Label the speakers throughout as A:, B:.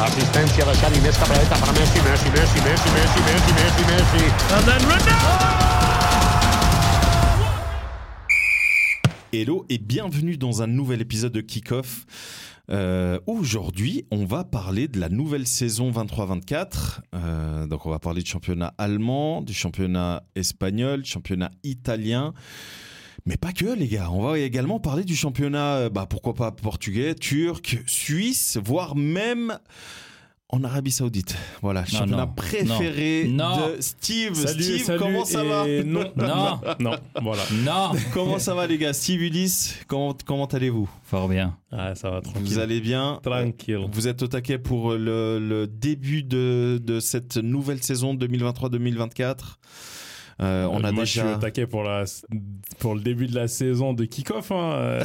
A: Asistencia de Xavi, més cap a la dreta per Messi, Messi, Messi, Messi, Messi, Messi, Messi, Messi.
B: And then Ronaldo!
C: Hello et bienvenue dans un nouvel épisode de Kickoff. Euh, Aujourd'hui, on va parler de la nouvelle saison 23-24. Euh, donc, on va parler du championnat allemand, du championnat espagnol, du championnat italien. Mais pas que, les gars. On va également parler du championnat, euh, bah, pourquoi pas portugais, turc, suisse, voire même en Arabie Saoudite. Voilà, championnat
D: non,
C: préféré
D: non, non.
C: de Steve. Steve, comment ça va
E: et Non,
D: Non,
E: non, voilà.
D: non.
C: Comment ça va, les gars Steve Ulysse, comment, comment allez-vous
D: Fort bien.
E: Ah, ça va tranquille.
C: Vous allez bien
E: Tranquille.
C: Vous êtes au taquet pour euh, le, le début de, de cette nouvelle saison 2023-2024. Euh, on a
E: Moi, je suis
C: déjà.
E: au taquet pour, la, pour le début de la saison de kick-off. Hein. euh,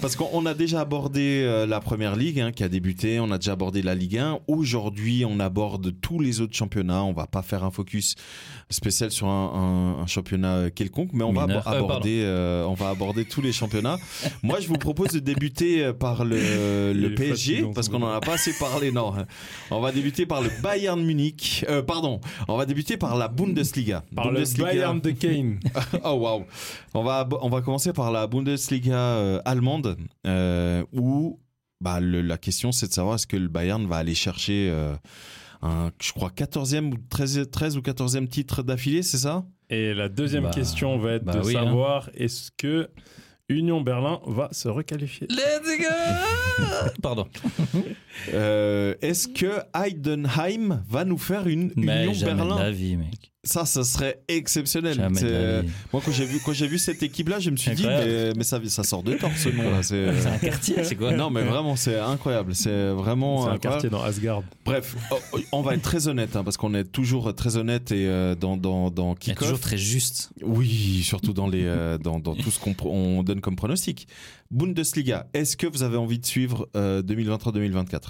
C: Parce qu'on on a déjà abordé euh, la première ligue hein, qui a débuté, on a déjà abordé la Ligue 1. Aujourd'hui, on aborde tous les autres championnats. On va pas faire un focus spécial sur un, un- un championnat quelconque, mais on va
D: Mineur.
C: abo-
D: Euh, pardon.
C: aborder, euh, on va aborder tous les championnats. Moi, je vous propose de débuter euh, par le, le
E: Il est
C: PSG
E: fatigant,
C: parce
E: ce
C: qu'on en a pas assez parlé. Non, on va débuter par le Bayern Munich. Euh, pardon, on va débuter par la Bundesliga.
E: par le
C: Bundesliga.
E: Bayern de Kane.
C: Oh waouh On va on va commencer par la Bundesliga euh, allemande euh, où bah, le- la question c'est de savoir est-ce que le Bayern va aller chercher euh, un je crois 14e ou 13 13 ou 14e titre d'affilée, c'est ça
E: Et la deuxième
D: Bah,
E: question va être
D: bah
E: de
D: oui, hein.
E: savoir est-ce que Union Berlin va se requalifier
D: Let's go Pardon.
C: Euh, Est-ce que Heidenheim va nous faire une
D: Mais
C: Union
D: jamais de
C: Berlin
D: la vie, mec.
C: Ça ça serait exceptionnel.
D: Jamais de la
C: Euh,
D: vie.
C: Moi quand j'ai vu quand j'ai vu cette équipe là, je me suis dit
D: Incroyable.
C: mais, mais ça ça sort de tort ce nom là, c'est euh,
D: C'est un quartier, c'est quoi
C: Non mais vraiment c'est incroyable, c'est vraiment
E: C'est un
C: incroyable.
E: quartier dans Asgard.
C: Bref, oh, on va être très honnête, hein, parce qu'on est toujours très honnête et euh, dans dans dans
D: Il est
C: kick-off.
D: toujours très juste.
C: Oui, surtout dans les euh, dans, dans tout ce qu'on pro- on donne comme pronostic. Bundesliga, est-ce que vous avez envie de suivre euh, 2023-2024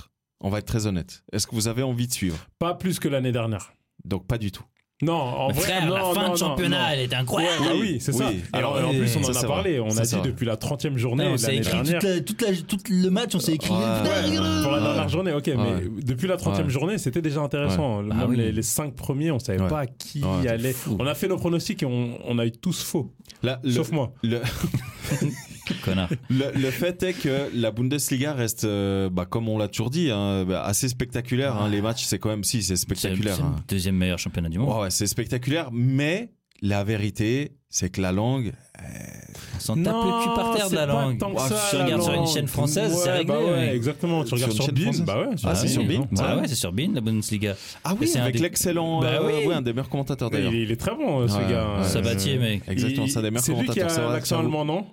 C: On va être très honnête. Est-ce que vous avez envie de suivre
E: Pas plus que l'année dernière.
C: Donc pas du tout.
E: Non, en
D: Mais
E: vrai,
D: frère,
E: non,
D: la fin
E: non,
D: de
E: non,
D: championnat,
E: non.
D: elle est
E: Ouais,
D: incroyable.
E: bah oui, c'est
C: Oui.
E: ça. Alors,
C: Alors,
E: et en
C: oui,
E: plus, on
C: ça,
E: en
C: c'est vrai.
E: a parlé. On
C: Ça,
E: a
C: c'est
E: dit
C: vrai.
E: depuis la 30e
D: Ouais,
E: journée
D: on s'est
E: l'année
D: écrit
E: dernière.
D: toute la- toute la- tout le match, on s'est écrit.
C: Ouais, ouais.
E: Pour la dernière
C: Ouais.
E: journée, ok, mais depuis la 30e
C: Ouais.
E: journée, c'était déjà intéressant. Même
D: Ah oui.
E: les, les cinq premiers, on savait
C: Ouais.
E: pas qui
C: Ouais, de
E: allait.
D: fou.
E: On a fait nos pronostics et on, on a eu tous faux,
D: Ah.
C: Là, le,
E: sauf moi.
C: le,
D: Connard.
C: le- le fait est que la Bundesliga reste, euh, bah, comme on l'a toujours dit, hein, bah, assez spectaculaire. hein. Les matchs, c'est quand même si, c'est
D: C'est
C: spectaculaire. hein.
D: le deuxième meilleur championnat du monde.
C: Ouais, ouais, c'est spectaculaire, mais la vérité, c'est que la langue,
D: On s'en tape le cul par terre de la
E: c'est pas
D: langue.
E: tant que
D: Ah,
E: ça,
D: si tu
E: la
D: regardes sur une
E: langue.
D: chaîne française, c'est
E: Ouais,
D: réglé.
E: bah ouais,
D: mec.
E: exactement. Tu
C: Sur
E: regardes
C: une
E: sur
C: chaîne
E: Bean,
C: française
E: bah ouais.
C: Ah, c'est
D: oui.
C: sur Bein,
D: Bah
C: ça.
D: ouais, c'est sur Bean, la Bundesliga.
C: Ah
D: Et
C: oui,
D: c'est un
C: avec
D: des-
C: l'excellent,
D: Bah
C: euh,
D: oui.
C: ouais, un des meilleurs commentateurs
E: Il,
C: d'ailleurs.
E: il est très bon, ce
C: Ouais,
E: gars.
C: ouais,
D: Sabatier,
C: c'est-
D: mec.
C: Exactement, c'est un des meilleurs
E: C'est lui qui
C: commentateurs. c'est
E: a
C: vrai, ça
E: l'accent
C: vous-
E: allemand, non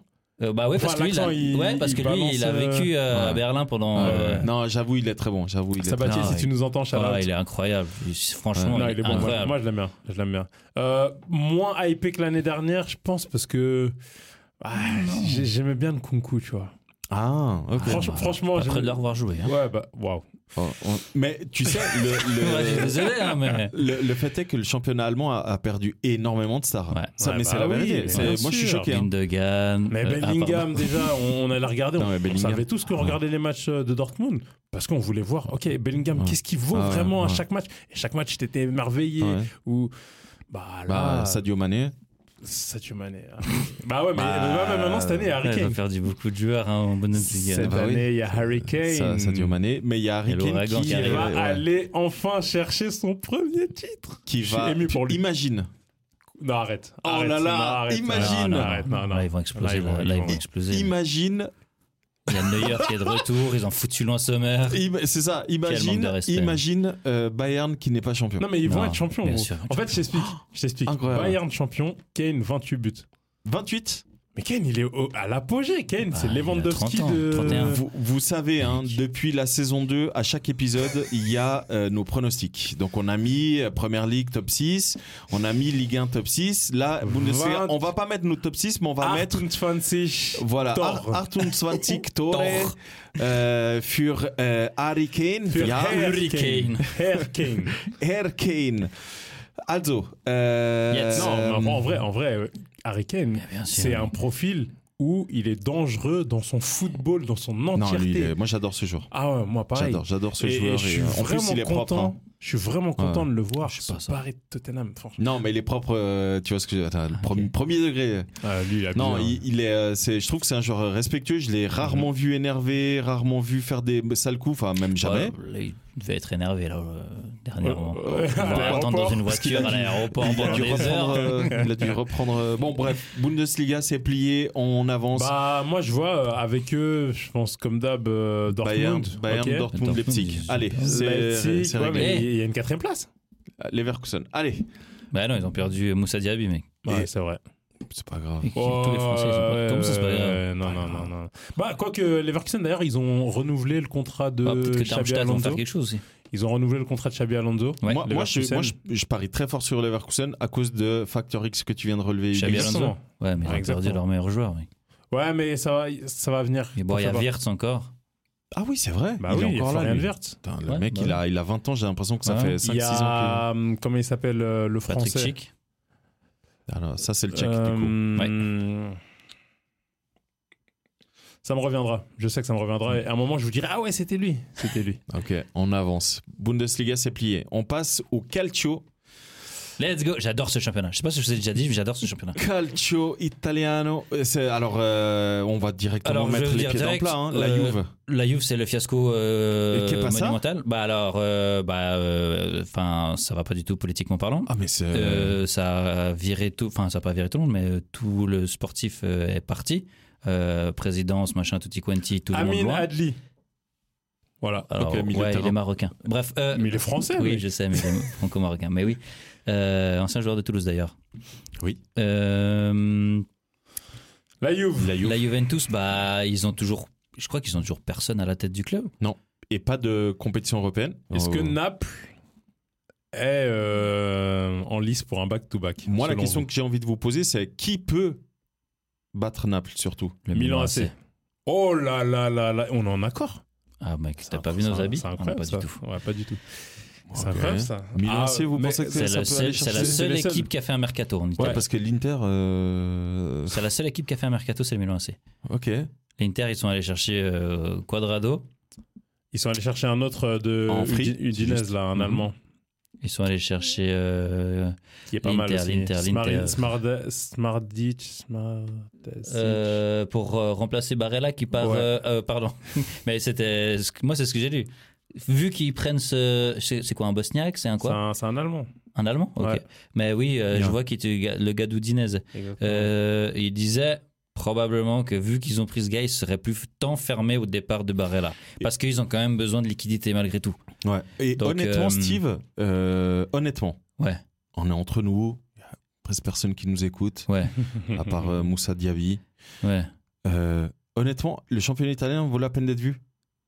D: Euh, bah ouais, parce
E: Enfin,
D: que lui, il a,
E: l'accent, il-
D: ouais, parce
E: il
D: que lui, il a
E: balance,
D: vécu euh,
C: ouais.
D: à Berlin pendant.
C: Ouais.
D: euh,
C: Non, j'avoue, il est très bon. J'avoue, il est très...
E: Sabatier,
D: Ah,
E: si
D: ouais.
E: tu nous entends, shout-out.
D: ah, il est incroyable. Franchement,
E: Non,
D: il,
E: il est bon. Moi,
D: incroyable.
E: moi, je l'aime bien. Je l'aime bien. Euh, moins hypé que l'année dernière, je pense, parce que ah, j'ai- j'aimais bien le Kunku, tu vois.
C: Ah, ok.
E: Franch- franchement,
D: Après
E: j'aimais-
D: de le revoir jouer. Hein.
E: Ouais, bah, waouh.
C: Oh, on- Mais tu sais, le,
D: Ouais, je suis
C: le...
D: désolé, hein, mais.
C: le- le fait est que le championnat allemand a, a perdu énormément de stars.
D: Ouais.
C: Ça,
E: Ouais,
C: mais
E: bah
C: c'est la
E: oui,
C: vérité.
E: bien
C: C'est- Moi, je suis
E: sûr.
C: choqué. hein.
D: Lindegan.
E: Mais
D: euh, ah,
E: Bellingham,
D: pardon.
E: déjà, on, on allait regarder.
C: Non,
E: on,
C: mais
E: on
C: Bellingham.
E: savait tous que regarder les matchs euh, de Dortmund parce qu'on voulait voir, ok, Bellingham,
C: Ouais.
E: qu'est-ce qu'il vaut
C: Ah, ouais,
E: vraiment à
C: ouais.
E: chaque match Et chaque match, t'étais émerveillé.
C: Ouais.
E: Ou. Bah là,
C: Bah, Sadio Mané.
E: ça tu m'en es, hein. bah ouais, mais
C: Bah,
E: là, même maintenant, cette année, il y a Harry
D: Ouais, il
E: Kane.
D: a perdu beaucoup de joueurs hein, en Bundesliga.
E: Cette
C: bah oui.
E: année, il y a Harry Kane.
C: ça- Sadio Mané. Mais il y a
D: Et
C: Harry Kane
D: l'ouragan
C: qui,
D: qui
E: Il
D: arrive.
C: euh,
E: va
C: ouais,
E: aller enfin chercher son premier titre.
C: qui
E: Je suis
C: va.
E: ému pour lui.
C: Imagine.
E: Non, arrête.
C: Oh
E: Arrête.
C: là là,
E: Non, arrête.
C: imagine.
E: Non, non, arrête, non, non.
D: Là, ils vont exploser.
E: Là, ils vont-
D: Là, là, ils vont
E: ils-
D: exploser.
C: Imagine
D: Il y a Neuer qui est de retour. Ils ont foutu loin sommaire.
C: Im- C'est ça,
D: manque de
C: imagine,
D: respect.
C: imagine euh, Bayern qui n'est pas champion.
E: Non, mais ils vont
D: Non,
E: être champions.
D: bien
E: gros.
D: sûr.
E: En fait, je t'explique. Je t'explique.
C: Oh, Incroyable.
E: Bayern champion, Kane 28 buts.
C: 28
E: Mais Kane, il est au- à l'apogée. Kane, c'est
D: Bah, il a
E: Lewandowski
D: 30 ans,
E: de.
D: 31.
C: vous, vous savez, hein, depuis la saison 2, à chaque épisode, il y a euh, nos pronostics. Donc on a mis euh, Première Ligue top 6, on a mis Ligue 1 top 6. Là, Bundesliga,
E: 20.
C: on va pas mettre nos top 6, mais on va mettre...
E: Artun Fancy.
C: Voilà,
E: Tor.
C: Arthur Swantik Tore,
D: Tor.
C: euh, für euh, Harry Kane,
E: Für
C: ja,
E: Harry
D: Harry Kane.
E: Herr Kane.
C: Herr Kane. euh, Also, euh,
D: Yes.
E: Non, mais en vrai, en vrai, euh, Harry Kane,
D: bien sûr.
E: c'est un profil où il est dangereux dans son football, dans son
C: Non, lui, il
E: entièreté.
C: est- moi j'adore ce joueur.
E: Ah ouais, moi pareil.
C: J'adore, j'adore ce
E: Et- et
C: joueur.
E: je
C: et,
E: suis
C: euh, en
E: vraiment
C: plus, il est
E: content.
C: propre. hein.
E: Je suis vraiment content
C: Ouais.
E: de le voir. Je
C: sais
E: sais
C: pas
E: pas
C: ça.
E: de Tottenham, franchement.
C: Non, mais il est propre. euh, tu vois ce que attends, le premier, premier degré.
E: Ah, lui, il a hein.
C: Non, il, il est. euh, c'est. Je trouve que c'est un joueur respectueux. Je
E: Mhm.
C: l'ai rarement vu énervé, rarement vu faire des sales coups. Enfin, même jamais.
D: Ouais, là, il devait être énervé là euh, dernièrement.
E: Euh, Ouais,
D: On
E: ouais, à
D: va
E: l'aéroport.
D: attendre dans une
C: Parce qu'il
D: voiture
C: a
D: à
C: dû-
D: l'aéroport
C: il, a
D: pendant
C: dû
D: des
C: reprendre,
D: heures.
C: euh, il a dû reprendre. euh, bon, bref, Bundesliga, c'est plié. On avance.
E: Bah, moi, je vois euh, avec eux, je pense, comme d'hab, euh,
C: Bayern,
E: Dortmund.
C: Bayern,
E: ok.
C: Dortmund,
D: Dortmund,
C: Leipzig.
D: ils-
C: Allez, c'est euh,
E: Leipzig,
C: c'est
E: ouais,
C: réglé.
E: mais il y a une quatrième place.
C: Leverkusen. Allez,
D: Bah non, ils ont perdu Moussa Diaby, mec.
E: Ouais, c'est vrai.
C: c'est pas grave.
D: Et qui- tous les Français, ils sont pas...
E: Ouais,
D: Comment ça se passe
E: ouais, ouais, Non, non, non, non. Bah, quoique Leverkusen, d'ailleurs, ils ont renouvelé le contrat de
D: Ah, Peut-être que
E: Xabi
D: Darmstadt vont
E: Alonso.
D: faire quelque chose aussi.
E: Ils ont renouvelé le contrat de Xabi Alonso.
C: moi,
D: Ouais,
C: moi, je,
E: Leverkusen.
C: moi je, je parie très fort sur Leverkusen à cause de Factor X que tu viens de relever.
D: Xabi
C: Ulysse.
D: Alonso.
E: Exactement.
D: Ouais, mais ils ont
E: Exactement.
D: perdu leur meilleur joueur, mec.
E: Ouais, mais ça va, ça va venir.
D: Mais bon, il y a
E: Ça va.
D: Wirtz encore.
C: Ah oui, c'est vrai.
E: Bah
C: il
E: oui,
C: est encore là.
E: Florian
C: lui.
E: Wirtz.
C: Putain, le
D: Ouais,
C: mec,
D: bah
C: il, a, il a 20 ans. J'ai l'impression que ça
D: Ouais.
C: fait 5-6
E: Hein, Il y
C: ans.
E: a, hum, comment il s'appelle euh, le
D: Patrick
E: français
D: Schick.
C: que- Ah non, ça, c'est le check du coup.
E: Euh, Ça me reviendra. Je sais que ça me reviendra. Et à un moment, je vous dirai Ah ouais, c'était lui. C'était lui.
C: Ok, on avance. Bundesliga, c'est plié. On passe au Calcio.
D: Let's go. J'adore ce championnat. Je sais pas si je vous ai déjà dit, mais j'adore ce championnat.
C: Calcio Italiano. Euh, c'est- Alors, euh, on va directement
D: Alors, je
C: mettre
D: veux
C: les
D: dire
C: pieds
D: direct,
C: dans le plat. hein. La
D: euh,
C: Juve.
D: La Juve, c'est le fiasco euh,
C: Et qu'est pas ça
D: monumental. Bah alors, euh, bah, euh, enfin, ça va pas du tout politiquement parlant.
C: Ah, mais c'est.
D: Euh, ça a viré tout, enfin, ça a pas viré tout le monde, mais euh, tout le sportif euh, est parti. Euh, présidence, machin, tutti quanti, tout le monde
E: Amin
D: loin.
E: Adli. Voilà.
D: Alors,
C: Ok, milieu de
D: ouais, il
C: terrain.
D: est marocain. Bref. euh,
E: Mais il est français,
D: Oui,
E: lui.
D: je sais, mais il est franco-marocain. Mais oui. Euh, ancien joueur de Toulouse, d'ailleurs.
C: Oui.
D: Euh,
E: La Juve.
C: La Juve.
D: La Juventus, bah, ils ont toujours. Je crois qu'ils ont toujours personne à la tête du club.
C: Et pas de compétition européenne.
E: Est-ce que
C: Euh,
E: Naples est euh, en lice pour un back-to-back
C: Moi, la
E: selon
C: question
E: vous
C: que j'ai envie de vous poser, c'est qui peut battre Naples surtout
D: Le
E: Milan
D: AC.
E: AC. Oh là là là là. On est en accord
D: Ah, mec,
E: C'est
D: t'as pas
E: incroyable,
D: vu nos
E: c'est
D: habits
E: C'est
D: Ah, non,
E: incroyable.
D: Pas
E: ça.
D: du tout.
E: Ouais, pas du tout. C'est
C: Ok.
E: incroyable, ça.
C: Milan
E: Ah,
C: AC, vous
E: mais
C: pensez que
D: C'est
C: ça
D: le
C: peut
D: seul-
C: aller
D: c'est
C: chercher
D: la
E: c'est
D: seule
E: les seuls.
D: équipe qui a fait un mercato en Italie.
C: Ouais, parce que l'Inter. euh,
D: C'est la seule équipe qui a fait un mercato, c'est le Milan AC.
C: Ok.
D: L'Inter, ils sont allés chercher euh, Quadrado.
E: Ils sont allés chercher un autre euh, de
C: En free,
E: Udi- Udinese,
C: juste.
E: là, un
D: Mhm.
E: Allemand,
D: Ils sont allés chercher. euh,
E: qui est pas mal
D: L'Inter,
E: aussi.
D: l'Inter,
E: Smar-
D: l'Inter.
E: Smarde- Smardic, Smardes-
D: euh, pour euh, remplacer Barella qui part.
E: Ouais.
D: euh, euh, pardon. Mais c'était. ce que- Moi, c'est ce que j'ai lu. Vu qu'ils prennent ce. C'est c'est quoi, un Bosniaque C'est un
E: c'est
D: quoi
E: un, c'est un Allemand.
D: Un Allemand Ok.
E: Ouais.
D: Mais oui, euh,
C: Bien.
D: je vois qu'il était le gars d'Udinese. Euh, il disait probablement que vu qu'ils ont pris ce gars, ils seraient plus tant fermés au départ de Barella. Parce qu'ils ont quand même besoin de liquidité malgré tout.
C: Ouais. Et
D: Donc,
C: honnêtement,
D: euh,
C: Steve, euh, honnêtement,
D: Ouais.
C: on est entre nous. Il y a presque personne qui nous écoute,
D: Ouais,
C: à part euh, Moussa Diaby.
D: ouais.
C: Euh, honnêtement, le championnat italien vaut la peine d'être vu.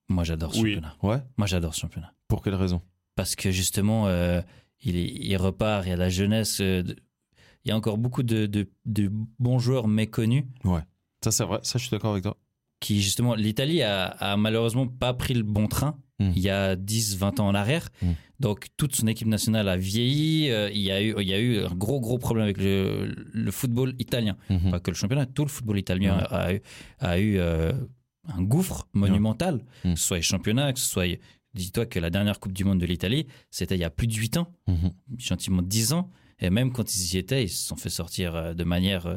D: Moi, j'adore ce
E: Oui.
D: championnat.
C: Ouais.
D: Moi, j'adore ce championnat.
C: Pour quelle raison
D: parce que justement, euh, il, est- il repart, il y a la jeunesse, euh, de- il y a encore beaucoup de, de- de bons joueurs méconnus
C: Ça, c'est vrai. Ça, je suis d'accord avec toi.
D: qui, justement, l'Italie a, a malheureusement pas pris le bon train
C: Mm.
D: il y a 10, 20 ans en arrière.
C: Mm.
D: Donc, toute son équipe nationale a vieilli. euh, il, y a eu, il y a eu un gros, gros problème avec le, le football italien.
C: Mhm.
D: Pas que le championnat, tout le football italien
C: Ouais.
D: a eu, a eu, euh, un gouffre monumental,
C: Mm.
D: que ce soit les championnats, que ce soit. Dis-toi que la dernière Coupe du Monde de l'Italie, c'était il y a plus de 8 ans
C: Mhm.
D: gentiment 10 ans. Et même quand ils y étaient, ils se sont fait sortir euh, de manière euh,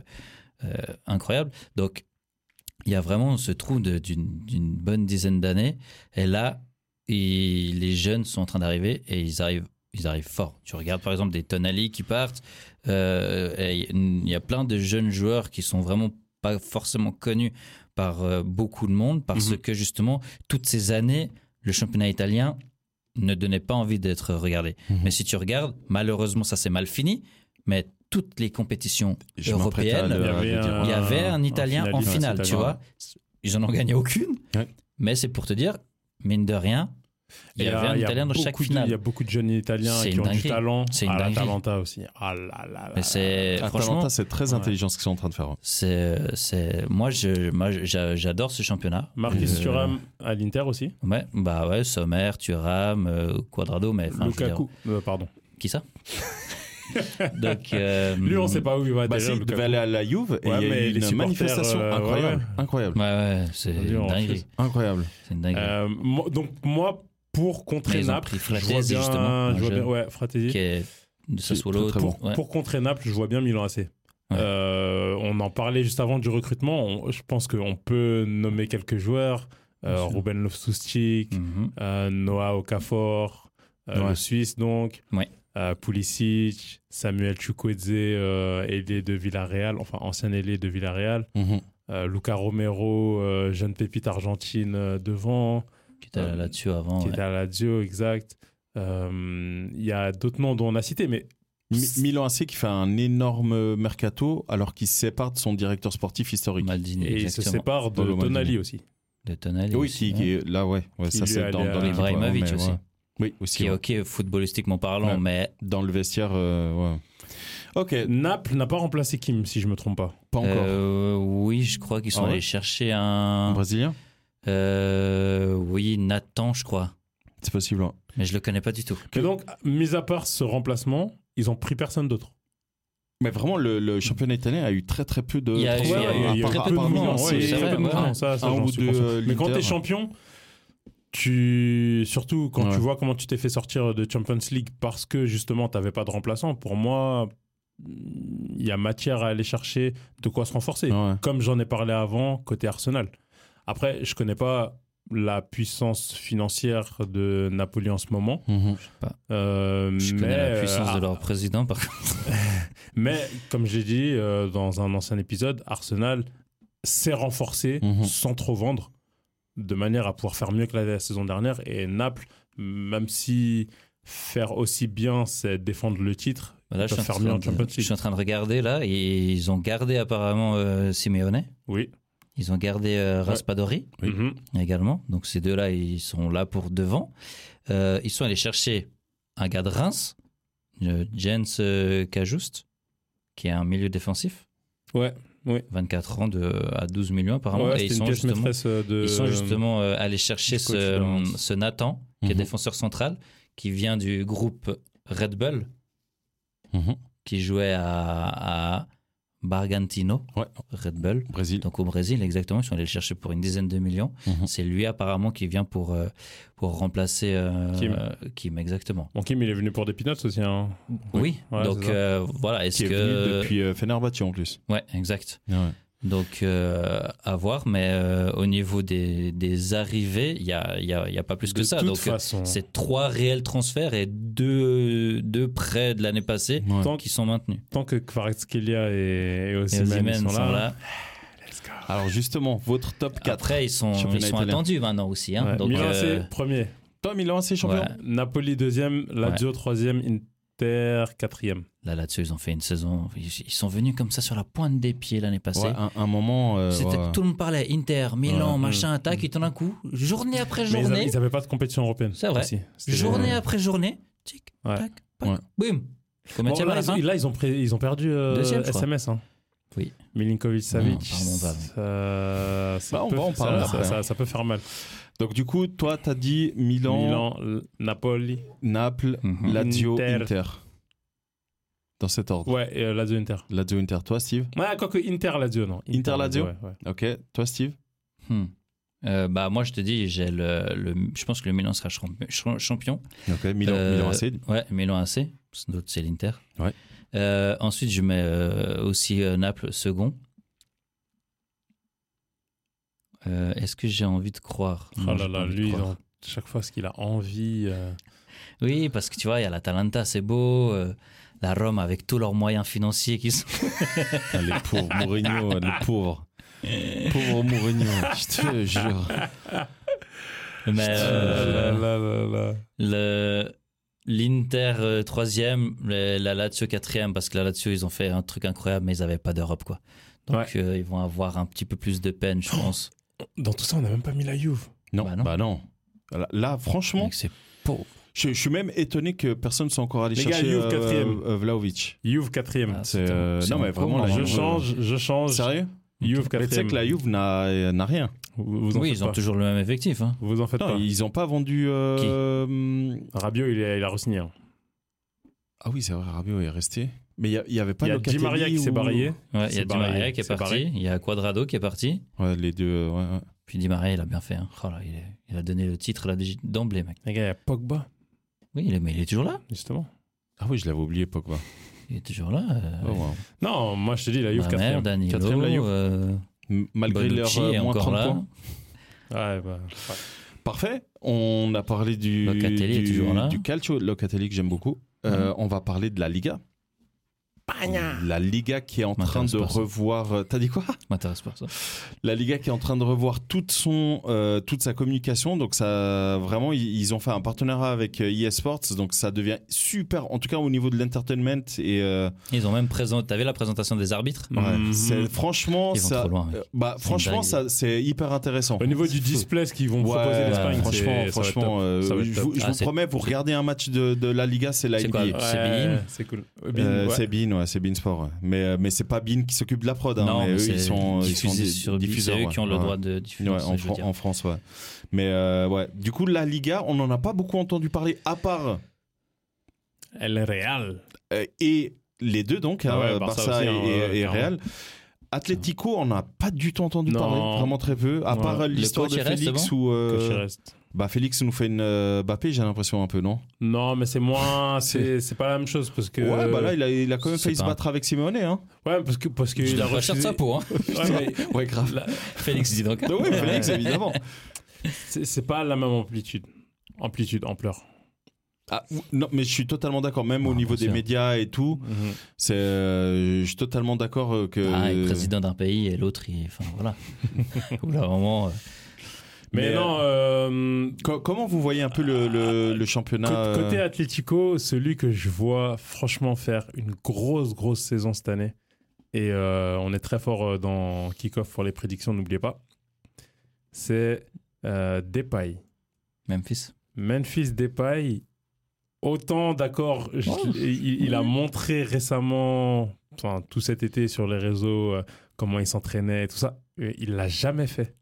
D: euh, incroyable. Donc, il y a vraiment ce trou de- d'une d'une bonne dizaine d'années. Et là, il- les jeunes sont en train d'arriver et ils arrivent, ils arrivent fort. Tu regardes par exemple des Tonali qui partent. euh, et il y a plein de jeunes joueurs qui sont vraiment pas forcément connus par euh, beaucoup de monde parce
E: Mhm.
D: que justement, toutes ces années, le championnat italien ne donnait pas envie d'être regardé.
C: Mhm.
D: Mais si tu regardes, malheureusement, ça s'est mal fini. Mais toutes les compétitions
C: Je m'apprête à
D: européennes,
C: le-
E: Il y avait
C: à le dire.
E: un-
D: il y avait un
E: un
D: Italien en
E: Ah, finaliste
D: finale, tu
E: italien.
D: vois. Ils en ont gagné aucune.
C: Ouais.
D: Mais c'est pour te dire, mine de rien, il y avait un
E: il
D: Italien dans chaque
E: beaucoup de- Il y
D: finale.
E: a beaucoup de jeunes Italiens
D: C'est
E: qui
D: une
E: ont du
D: dinguerie.
E: talent.
D: C'est une
E: ah,
D: dinguerie.
E: l'Atalanta aussi. Ah là là là.
D: Mais c'est
E: Ah,
D: franchement,
C: Atalanta, c'est très
E: Ouais.
C: intelligent ce qu'ils sont en train de faire.
D: c'est c'est moi je moi j'a- j'adore ce championnat.
E: Marcus
D: Euh,
E: Thuram à l'Inter aussi.
D: Ouais, bah ouais, Sommer, Thuram, euh, Quadrado, mais enfin, je veux dire-
E: Lukaku. Euh, pardon.
D: qui ça Donc, euh,
E: Lui, on sait pas où il va
C: Bah si,
E: Ah, déjà.
C: il
E: Lukaku.
C: devait aller à la Juve et
E: Ouais,
C: il y a
E: mais
C: eu
E: les
C: une
E: supporters,
C: manifestation
E: euh,
C: incroyable,
E: ouais.
C: incroyable,
D: Ouais, ouais, c'est
E: Lui,
D: une
E: on
D: dinguerie.
E: refuse.
C: incroyable.
D: C'est une dinguerie.
E: Euh, moi- donc, moi, pour
D: Mais
E: contrer
D: ils ont
E: Naples,
D: pris
E: je vois
D: Fratesi,
E: bien,
D: justement, un
E: je vois bien,
D: jeune.
E: ouais, Fratesi.
D: qui est de
C: C'est
D: Sassuolo.
C: très, très bon.
D: tout- ouais.
E: Pour contrer Naples, je vois bien Milan AC.
D: Ouais.
E: Euh, on en parlait juste avant du recrutement. On- je pense qu'on peut nommer quelques joueurs. Euh,
D: Bien sûr.
E: Ruben Loftus-Cheek,
D: Mhm.
E: euh, Noah Okafor, euh,
C: Ouais.
E: le Suisse donc,
D: Ouais.
E: euh, Pulisic, Samuel Chukwueze, euh, ailier de Villarreal, enfin ancien ailier de Villarreal,
C: Mhm.
E: euh, Luca Romero, euh, jeune pépite argentine euh, devant,
D: qui était là- là-dessus avant.
E: Euh, qui
D: ouais.
E: était à la Lazio, exact. Euh, Il y a d'autres noms dont on a cité, mais
C: Mi- Milan AC qui fait un énorme mercato alors qu'il se sépare de son directeur sportif historique.
D: Maldini,
E: et il se
D: exactement.
E: sépare de
C: Paolo Maldini.
E: Tonali aussi.
D: De Tonali.
C: Oui, qui,
D: aussi, hein.
C: qui est- là ouais, ouais
E: Qui
C: ça
E: lui
C: c'est
E: allait
C: dans, dans
E: à-
C: l'équipe, ouais,
D: Ibrahimovic
C: mais
D: euh, aussi.
C: ouais. Oui, aussi.
D: qui est
C: ouais.
D: ok footballistiquement parlant,
C: Ouais.
D: mais
C: Dans le vestiaire, euh, ouais. Ok,
E: Naples n'a pas remplacé Kim, si je me trompe pas.
C: pas encore.
D: euh, oui, je crois qu'ils sont
C: Ah ouais
D: allés chercher
C: Un
D: un.
C: Brésilien
D: Euh, oui, Nathan, je crois.
C: C'est possible. ouais.
D: Mais je le connais pas du tout.
E: Et donc, mis à part ce remplacement, ils ont pris personne d'autre.
C: Mais vraiment, le, le championnat italien a eu très très peu de.
D: Il y a-
C: transferts,
D: Ouais, ouais,
C: à
D: il y a eu
C: part-
D: très
C: à
D: peu de
C: part
D: mouvements,
C: Milan,
D: ouais,
C: c'est-
D: il y a eu
C: c'est
D: très peu de
C: vrai,
D: mouvements.
C: ouais.
E: ça, ça,
C: Un
E: j'en
C: ou
E: suis
C: deux,
E: conscient.
C: euh,
E: Mais quand
C: leaders.
E: t'es champion, tu surtout quand
C: Ouais.
E: tu vois comment tu t'es fait sortir de Champions League parce que justement t'avais pas de remplaçant. Pour moi, il y a matière à aller chercher de quoi se renforcer.
C: Ouais.
E: Comme j'en ai parlé avant côté Arsenal. Après, je connais pas la puissance financière de Napoli en ce moment.
C: Mhm.
E: euh,
D: Je connais
E: mais,
D: la puissance
E: euh,
D: de leur président, par contre.
E: Mais comme j'ai dit euh, dans un ancien épisode, Arsenal s'est renforcé
C: Mhm.
E: sans trop vendre, de manière à pouvoir faire mieux que la, la saison dernière. Et Naples, même si faire aussi bien, c'est défendre le titre,
D: Voilà, Bah je,
E: peuvent
D: suis en
E: faire mieux en
D: train
E: Champions
D: de,
E: League.
D: je suis en train de regarder là, et ils ont gardé apparemment euh, Simeone.
E: oui.
D: Ils ont gardé euh, Raspadori
C: Oui.
E: Mhm.
D: également. Donc ces deux-là, ils sont là pour devant. Euh, ils sont allés chercher un gars de Reims, euh, Jens euh, Kajust, qui est un milieu défensif.
E: Ouais, ouais.
D: 24 ans de, à 12 millions apparemment.
E: Ouais,
D: et ils
E: c'était une
D: sont
E: pièce
D: justement,
E: maîtresse euh, de.
D: ils sont justement euh, allés chercher
E: du coach de
D: ce,
E: Reims.
D: ce Nathan, qui est
C: Mhm.
D: défenseur central, qui vient du groupe Red Bull,
C: Mhm.
D: qui jouait à, à Bargantino,
C: Ouais.
D: Red Bull.
C: Brésil.
D: Donc au Brésil, exactement, ils sont allés le chercher pour une dizaine de millions.
C: Mhm.
D: C'est lui apparemment qui vient pour, euh, pour remplacer euh,
E: Kim.
D: euh, Kim, exactement.
E: Bon, Kim, il est venu pour des peanuts aussi. hein.
D: Oui,
E: Ouais,
D: donc
E: c'est ça.
D: euh, voilà, est-ce
C: Qui est
D: que...
C: venu depuis euh, Fenerbahce en plus.
D: Ouais, exact.
C: Ouais.
D: Donc euh, à voir, mais euh, au niveau des, des arrivées, il n'y a, il y a, il y a pas plus que
E: de
D: ça.
E: toute
D: Donc euh,
E: façon,
D: c'est trois réels transferts et deux, deux prêts de l'année passée
C: Ouais.
E: tant,
D: qui sont maintenus.
E: tant que Kvaratskhelia et, et
D: Et
E: Osimhen
D: Osimhen
E: sont, là. Let's go.
C: Alors justement, votre
D: Ah,
C: top 4.
D: Après, ils sont,
C: Championnat
D: ils sont
C: italien.
D: attendus maintenant aussi. Hein.
E: Ouais,
D: Donc,
E: Milan,
D: euh,
E: c'est premier.
C: Toi, Milan, c'est champion.
D: Ouais.
E: Napoli deuxième, Lazio troisième, Inter quatrième.
D: Là, là-dessus, ils ont fait une saison. Ils, ils sont venus comme ça sur la pointe des pieds l'année passée.
C: Ouais, un, un moment. euh,
D: C'était-
C: ouais.
D: Tout le monde parlait Inter, Milan,
E: Ouais. Mm.
D: machin, attaque, et tout d'un coup, journée après
E: Mais ils
D: journée,
E: avaient- ils n'avaient pas de compétition européenne.
D: C'est vrai.
E: aussi. C'était-
D: journée après journée, tic,
E: Ouais.
D: tac, pac,
C: Ouais.
D: boum.
E: Bon,
D: Combien de tiens à
E: là,
D: la
E: ils
D: fin
E: ont, là, ils ont, pré- ils ont perdu euh,
D: hein. Deuxième, je crois.
E: SMS. Hein.
D: Oui.
E: Milinkovic Savic.
D: Non, pardon, pardon.
E: ça- ça
C: Bah, on
E: peut-
C: va en parler
E: ça-
C: après,
E: ça- ça- ça peut faire mal.
C: Donc du coup, toi, t'as dit Milan,
E: Milan, L- Napoli.
C: Naples,
D: Mhm.
C: Lazio, Inter.
E: Inter.
C: Dans cet ordre.
E: Ouais, et, euh, Lazio Inter.
C: Lazio, Inter. Toi, Steve.
E: Ouais, quoique Inter Lazio, non.
C: Inter, Lazio
E: ouais, ouais.
C: Ok. Toi, Steve.
D: Hmm. Euh, bah, moi, je te dis, j'ai le, le- je pense que le Milan sera champ- champ- champion.
C: Ok. Milan,
D: Euh,
C: Milan AC.
D: Ouais, Milan AC. Sans doute, c'est l'Inter.
C: Ouais.
D: Euh, ensuite, je mets euh, aussi euh, Naples second. Euh, Est-ce que j'ai envie de croire Non,
E: Oh
D: j'ai
E: là
D: pas
E: là,
D: envie de
E: lui,
D: croire.
E: dans- chaque fois, ce qu'il a envie. euh,
D: Oui, parce que tu vois, il y a l'Atalanta, c'est beau. euh, la Rome, avec tous leurs moyens financiers qui sont.
C: Ah, les pauvres Mourinho, le pauvre. Pauvre Mourinho, je te jure.
D: Mais euh,
E: là, là, là, là.
D: le- l'Inter euh, troisième, le- la Lazio quatrième, parce que la Lazio, ils ont fait un truc incroyable, mais ils n'avaient pas d'Europe, quoi. Donc, euh, ils vont avoir un petit peu plus de peine, je pense.
E: Dans tout ça, on n'a même pas mis la Juve.
C: Non, bah
D: Bah
C: non.
D: non.
C: Là, là, franchement,
D: Donc, c'est pauvre.
C: je, je suis même étonné que personne ne soit encore allé
E: Les gars,
C: chercher
E: Juve,
C: euh,
E: quatrième.
C: euh, Vlahovic.
E: Juve quatrième.
D: Ah,
C: C'est, euh,
D: c'est
C: non, mais
D: un
C: vraiment,
D: con,
C: la
D: là.
E: Je
C: Juve-
E: change, Oh, je change.
C: Sérieux
E: Juve
C: Mais
E: quatrième.
C: tu sais que la Juve n'a euh, n'a rien.
E: Vous, vous en
D: oui,
E: faites
D: ils ont
E: pas.
D: toujours le même effectif. hein.
E: Vous en faites
C: Non,
E: pas.
C: ils n'ont pas vendu. euh, hum,
E: Rabiot, il, est- il a re-signé. hein.
C: Ah oui, c'est vrai, Rabiot est resté. Mais il y a- il y avait pas
E: Il y a
C: Locatelli
E: Di Maria qui
C: ou-
E: s'est barré.
D: Ouais, il y
E: C'est
D: a Di Maria
E: barré,
D: qui est,
E: c'est
D: parti,
E: barré.
D: il y a Quadrado qui est parti.
C: Ouais, les deux. euh, ouais, ouais.
D: Puis Di Maria, il a bien fait. hein. Oh là, il, est- il a donné le titre là d'ég- d'emblée, mec.
E: Les gars, il y a Pogba,
D: Oui, il est- mais il est toujours là.
E: justement.
C: Ah oui, je l'avais oublié, Pogba.
D: Il est toujours là. euh,
C: Oh, wow.
E: Non, moi je te dis, la Juve
D: Bremer,
E: quatrième.
D: Danilo,
E: Quatrième, la Juve.
D: euh,
C: M- Malgré
D: Bonucci
C: leur euh,
D: est
C: moins
D: encore
C: 30
D: là.
C: points.
E: Ouais, bah, ouais.
C: Parfait. On a parlé du,
D: Locatelli est
C: du,
D: toujours là.
C: du calcio Locatelli que j'aime beaucoup. Euh, On va parler de la Liga. La Liga qui est en train
D: M'intéresse
C: de
D: pas, ça.
C: revoir. euh, T'as dit quoi
D: M'intéresse pas ça.
C: La Liga qui est en train de revoir toute, son, euh, toute sa communication. Donc, ça, vraiment, ils, ils ont fait un partenariat avec euh, EA Sports. Donc, ça devient super, en tout cas au niveau de l'entertainment. Et euh,
D: Ils ont même présenté. T'avais la présentation des arbitres
E: Mhm.
C: c'est- franchement,
D: Ils vont
C: ça,
D: trop loin, mec.
C: euh, bah,
D: C'est
C: franchement
D: dingue.
C: ça, c'est hyper intéressant.
E: Au niveau du display, ce qu'ils vont
C: Ouais,
E: proposer l'Espagne,
C: franchement,
E: c'est- ça va être
C: franchement,
E: top.
C: euh,
E: Ça va être
C: je,
E: top.
C: vous, je
D: Ah,
C: vous
D: c'est-
C: promets, vous regardez un match de, de la Liga, c'est la
D: C'est quoi,
C: NBA.
D: c'est Bein.
E: c'est cool.
C: Euh,
E: Bein, ouais.
C: C'est Bein, ouais, c'est Bein Sport. ouais. Mais, euh, mais c'est pas Bean qui s'occupe de la prod. hein,
D: non,
C: mais
D: mais
C: eux,
D: c'est
C: ils sont, ils sont
D: diffusé
C: des- diffuseurs,
D: sur diffuseurs, eux
C: ouais.
D: qui ont le
C: Ouais.
D: droit de diffuser.
C: Ouais,
D: ça,
C: en,
D: je veux
C: Fran-
D: dire.
C: en France, ouais. Mais euh, ouais. Du coup, la Liga, on n'en a pas beaucoup entendu parler, à part
E: El Real.
C: euh, et les deux donc, hein,
E: Ah ouais,
C: Barça,
E: Barça aussi,
C: et,
E: hein, ouais,
C: et
E: clairement.
C: Real. Atlético, on n'a pas du tout entendu
E: Non.
C: parler, vraiment très peu, à
E: Ouais.
C: part euh,
D: Le
C: l'histoire
D: coach,
C: de
D: il reste,
C: Félix
D: c'est
C: où
E: que
C: euh,
E: je reste.
C: bah Félix nous fait une euh, Bappé, j'ai l'impression un peu, non
E: Non, mais c'est moins. c'est c'est pas la même chose parce que.
C: Ouais, bah là il a, il a quand même
D: c'est
C: failli se
D: pas un-
C: battre avec Simeone, hein.
E: Ouais, parce que parce que
D: Je
E: il a
D: dois pas cher de
E: refusé-
D: sa peau, hein.
E: Ouais, mais
C: Ouais, grave.
E: la-
D: Félix dit donc.
C: oui, Félix évidemment.
E: c'est c'est pas la même amplitude, amplitude, ampleur.
C: Ah, ou- non, mais je suis totalement d'accord, même au
D: Ah,
C: niveau
D: bien
C: des
D: sûr.
C: médias et tout. C'est, euh, je suis totalement d'accord euh, que.
D: Ah, il est président d'un pays et l'autre, il... enfin voilà. Au bout d'un moment, euh,
E: Mais,
C: Mais,
E: non, euh,
C: Co- comment vous voyez un peu le, le- le championnat
E: co- côté
C: euh,
E: Atlético, celui que je vois franchement faire une grosse grosse saison cette année. Et euh, on est très fort euh, dans kick-off pour les prédictions, n'oubliez pas. C'est euh, Depay.
D: Memphis.
E: Memphis Depay, autant d'accord, je-
D: Oh.
E: il, il a montré récemment, enfin, tout cet été sur les réseaux, euh, comment il s'entraînait et tout ça. Euh, Il l'a jamais fait.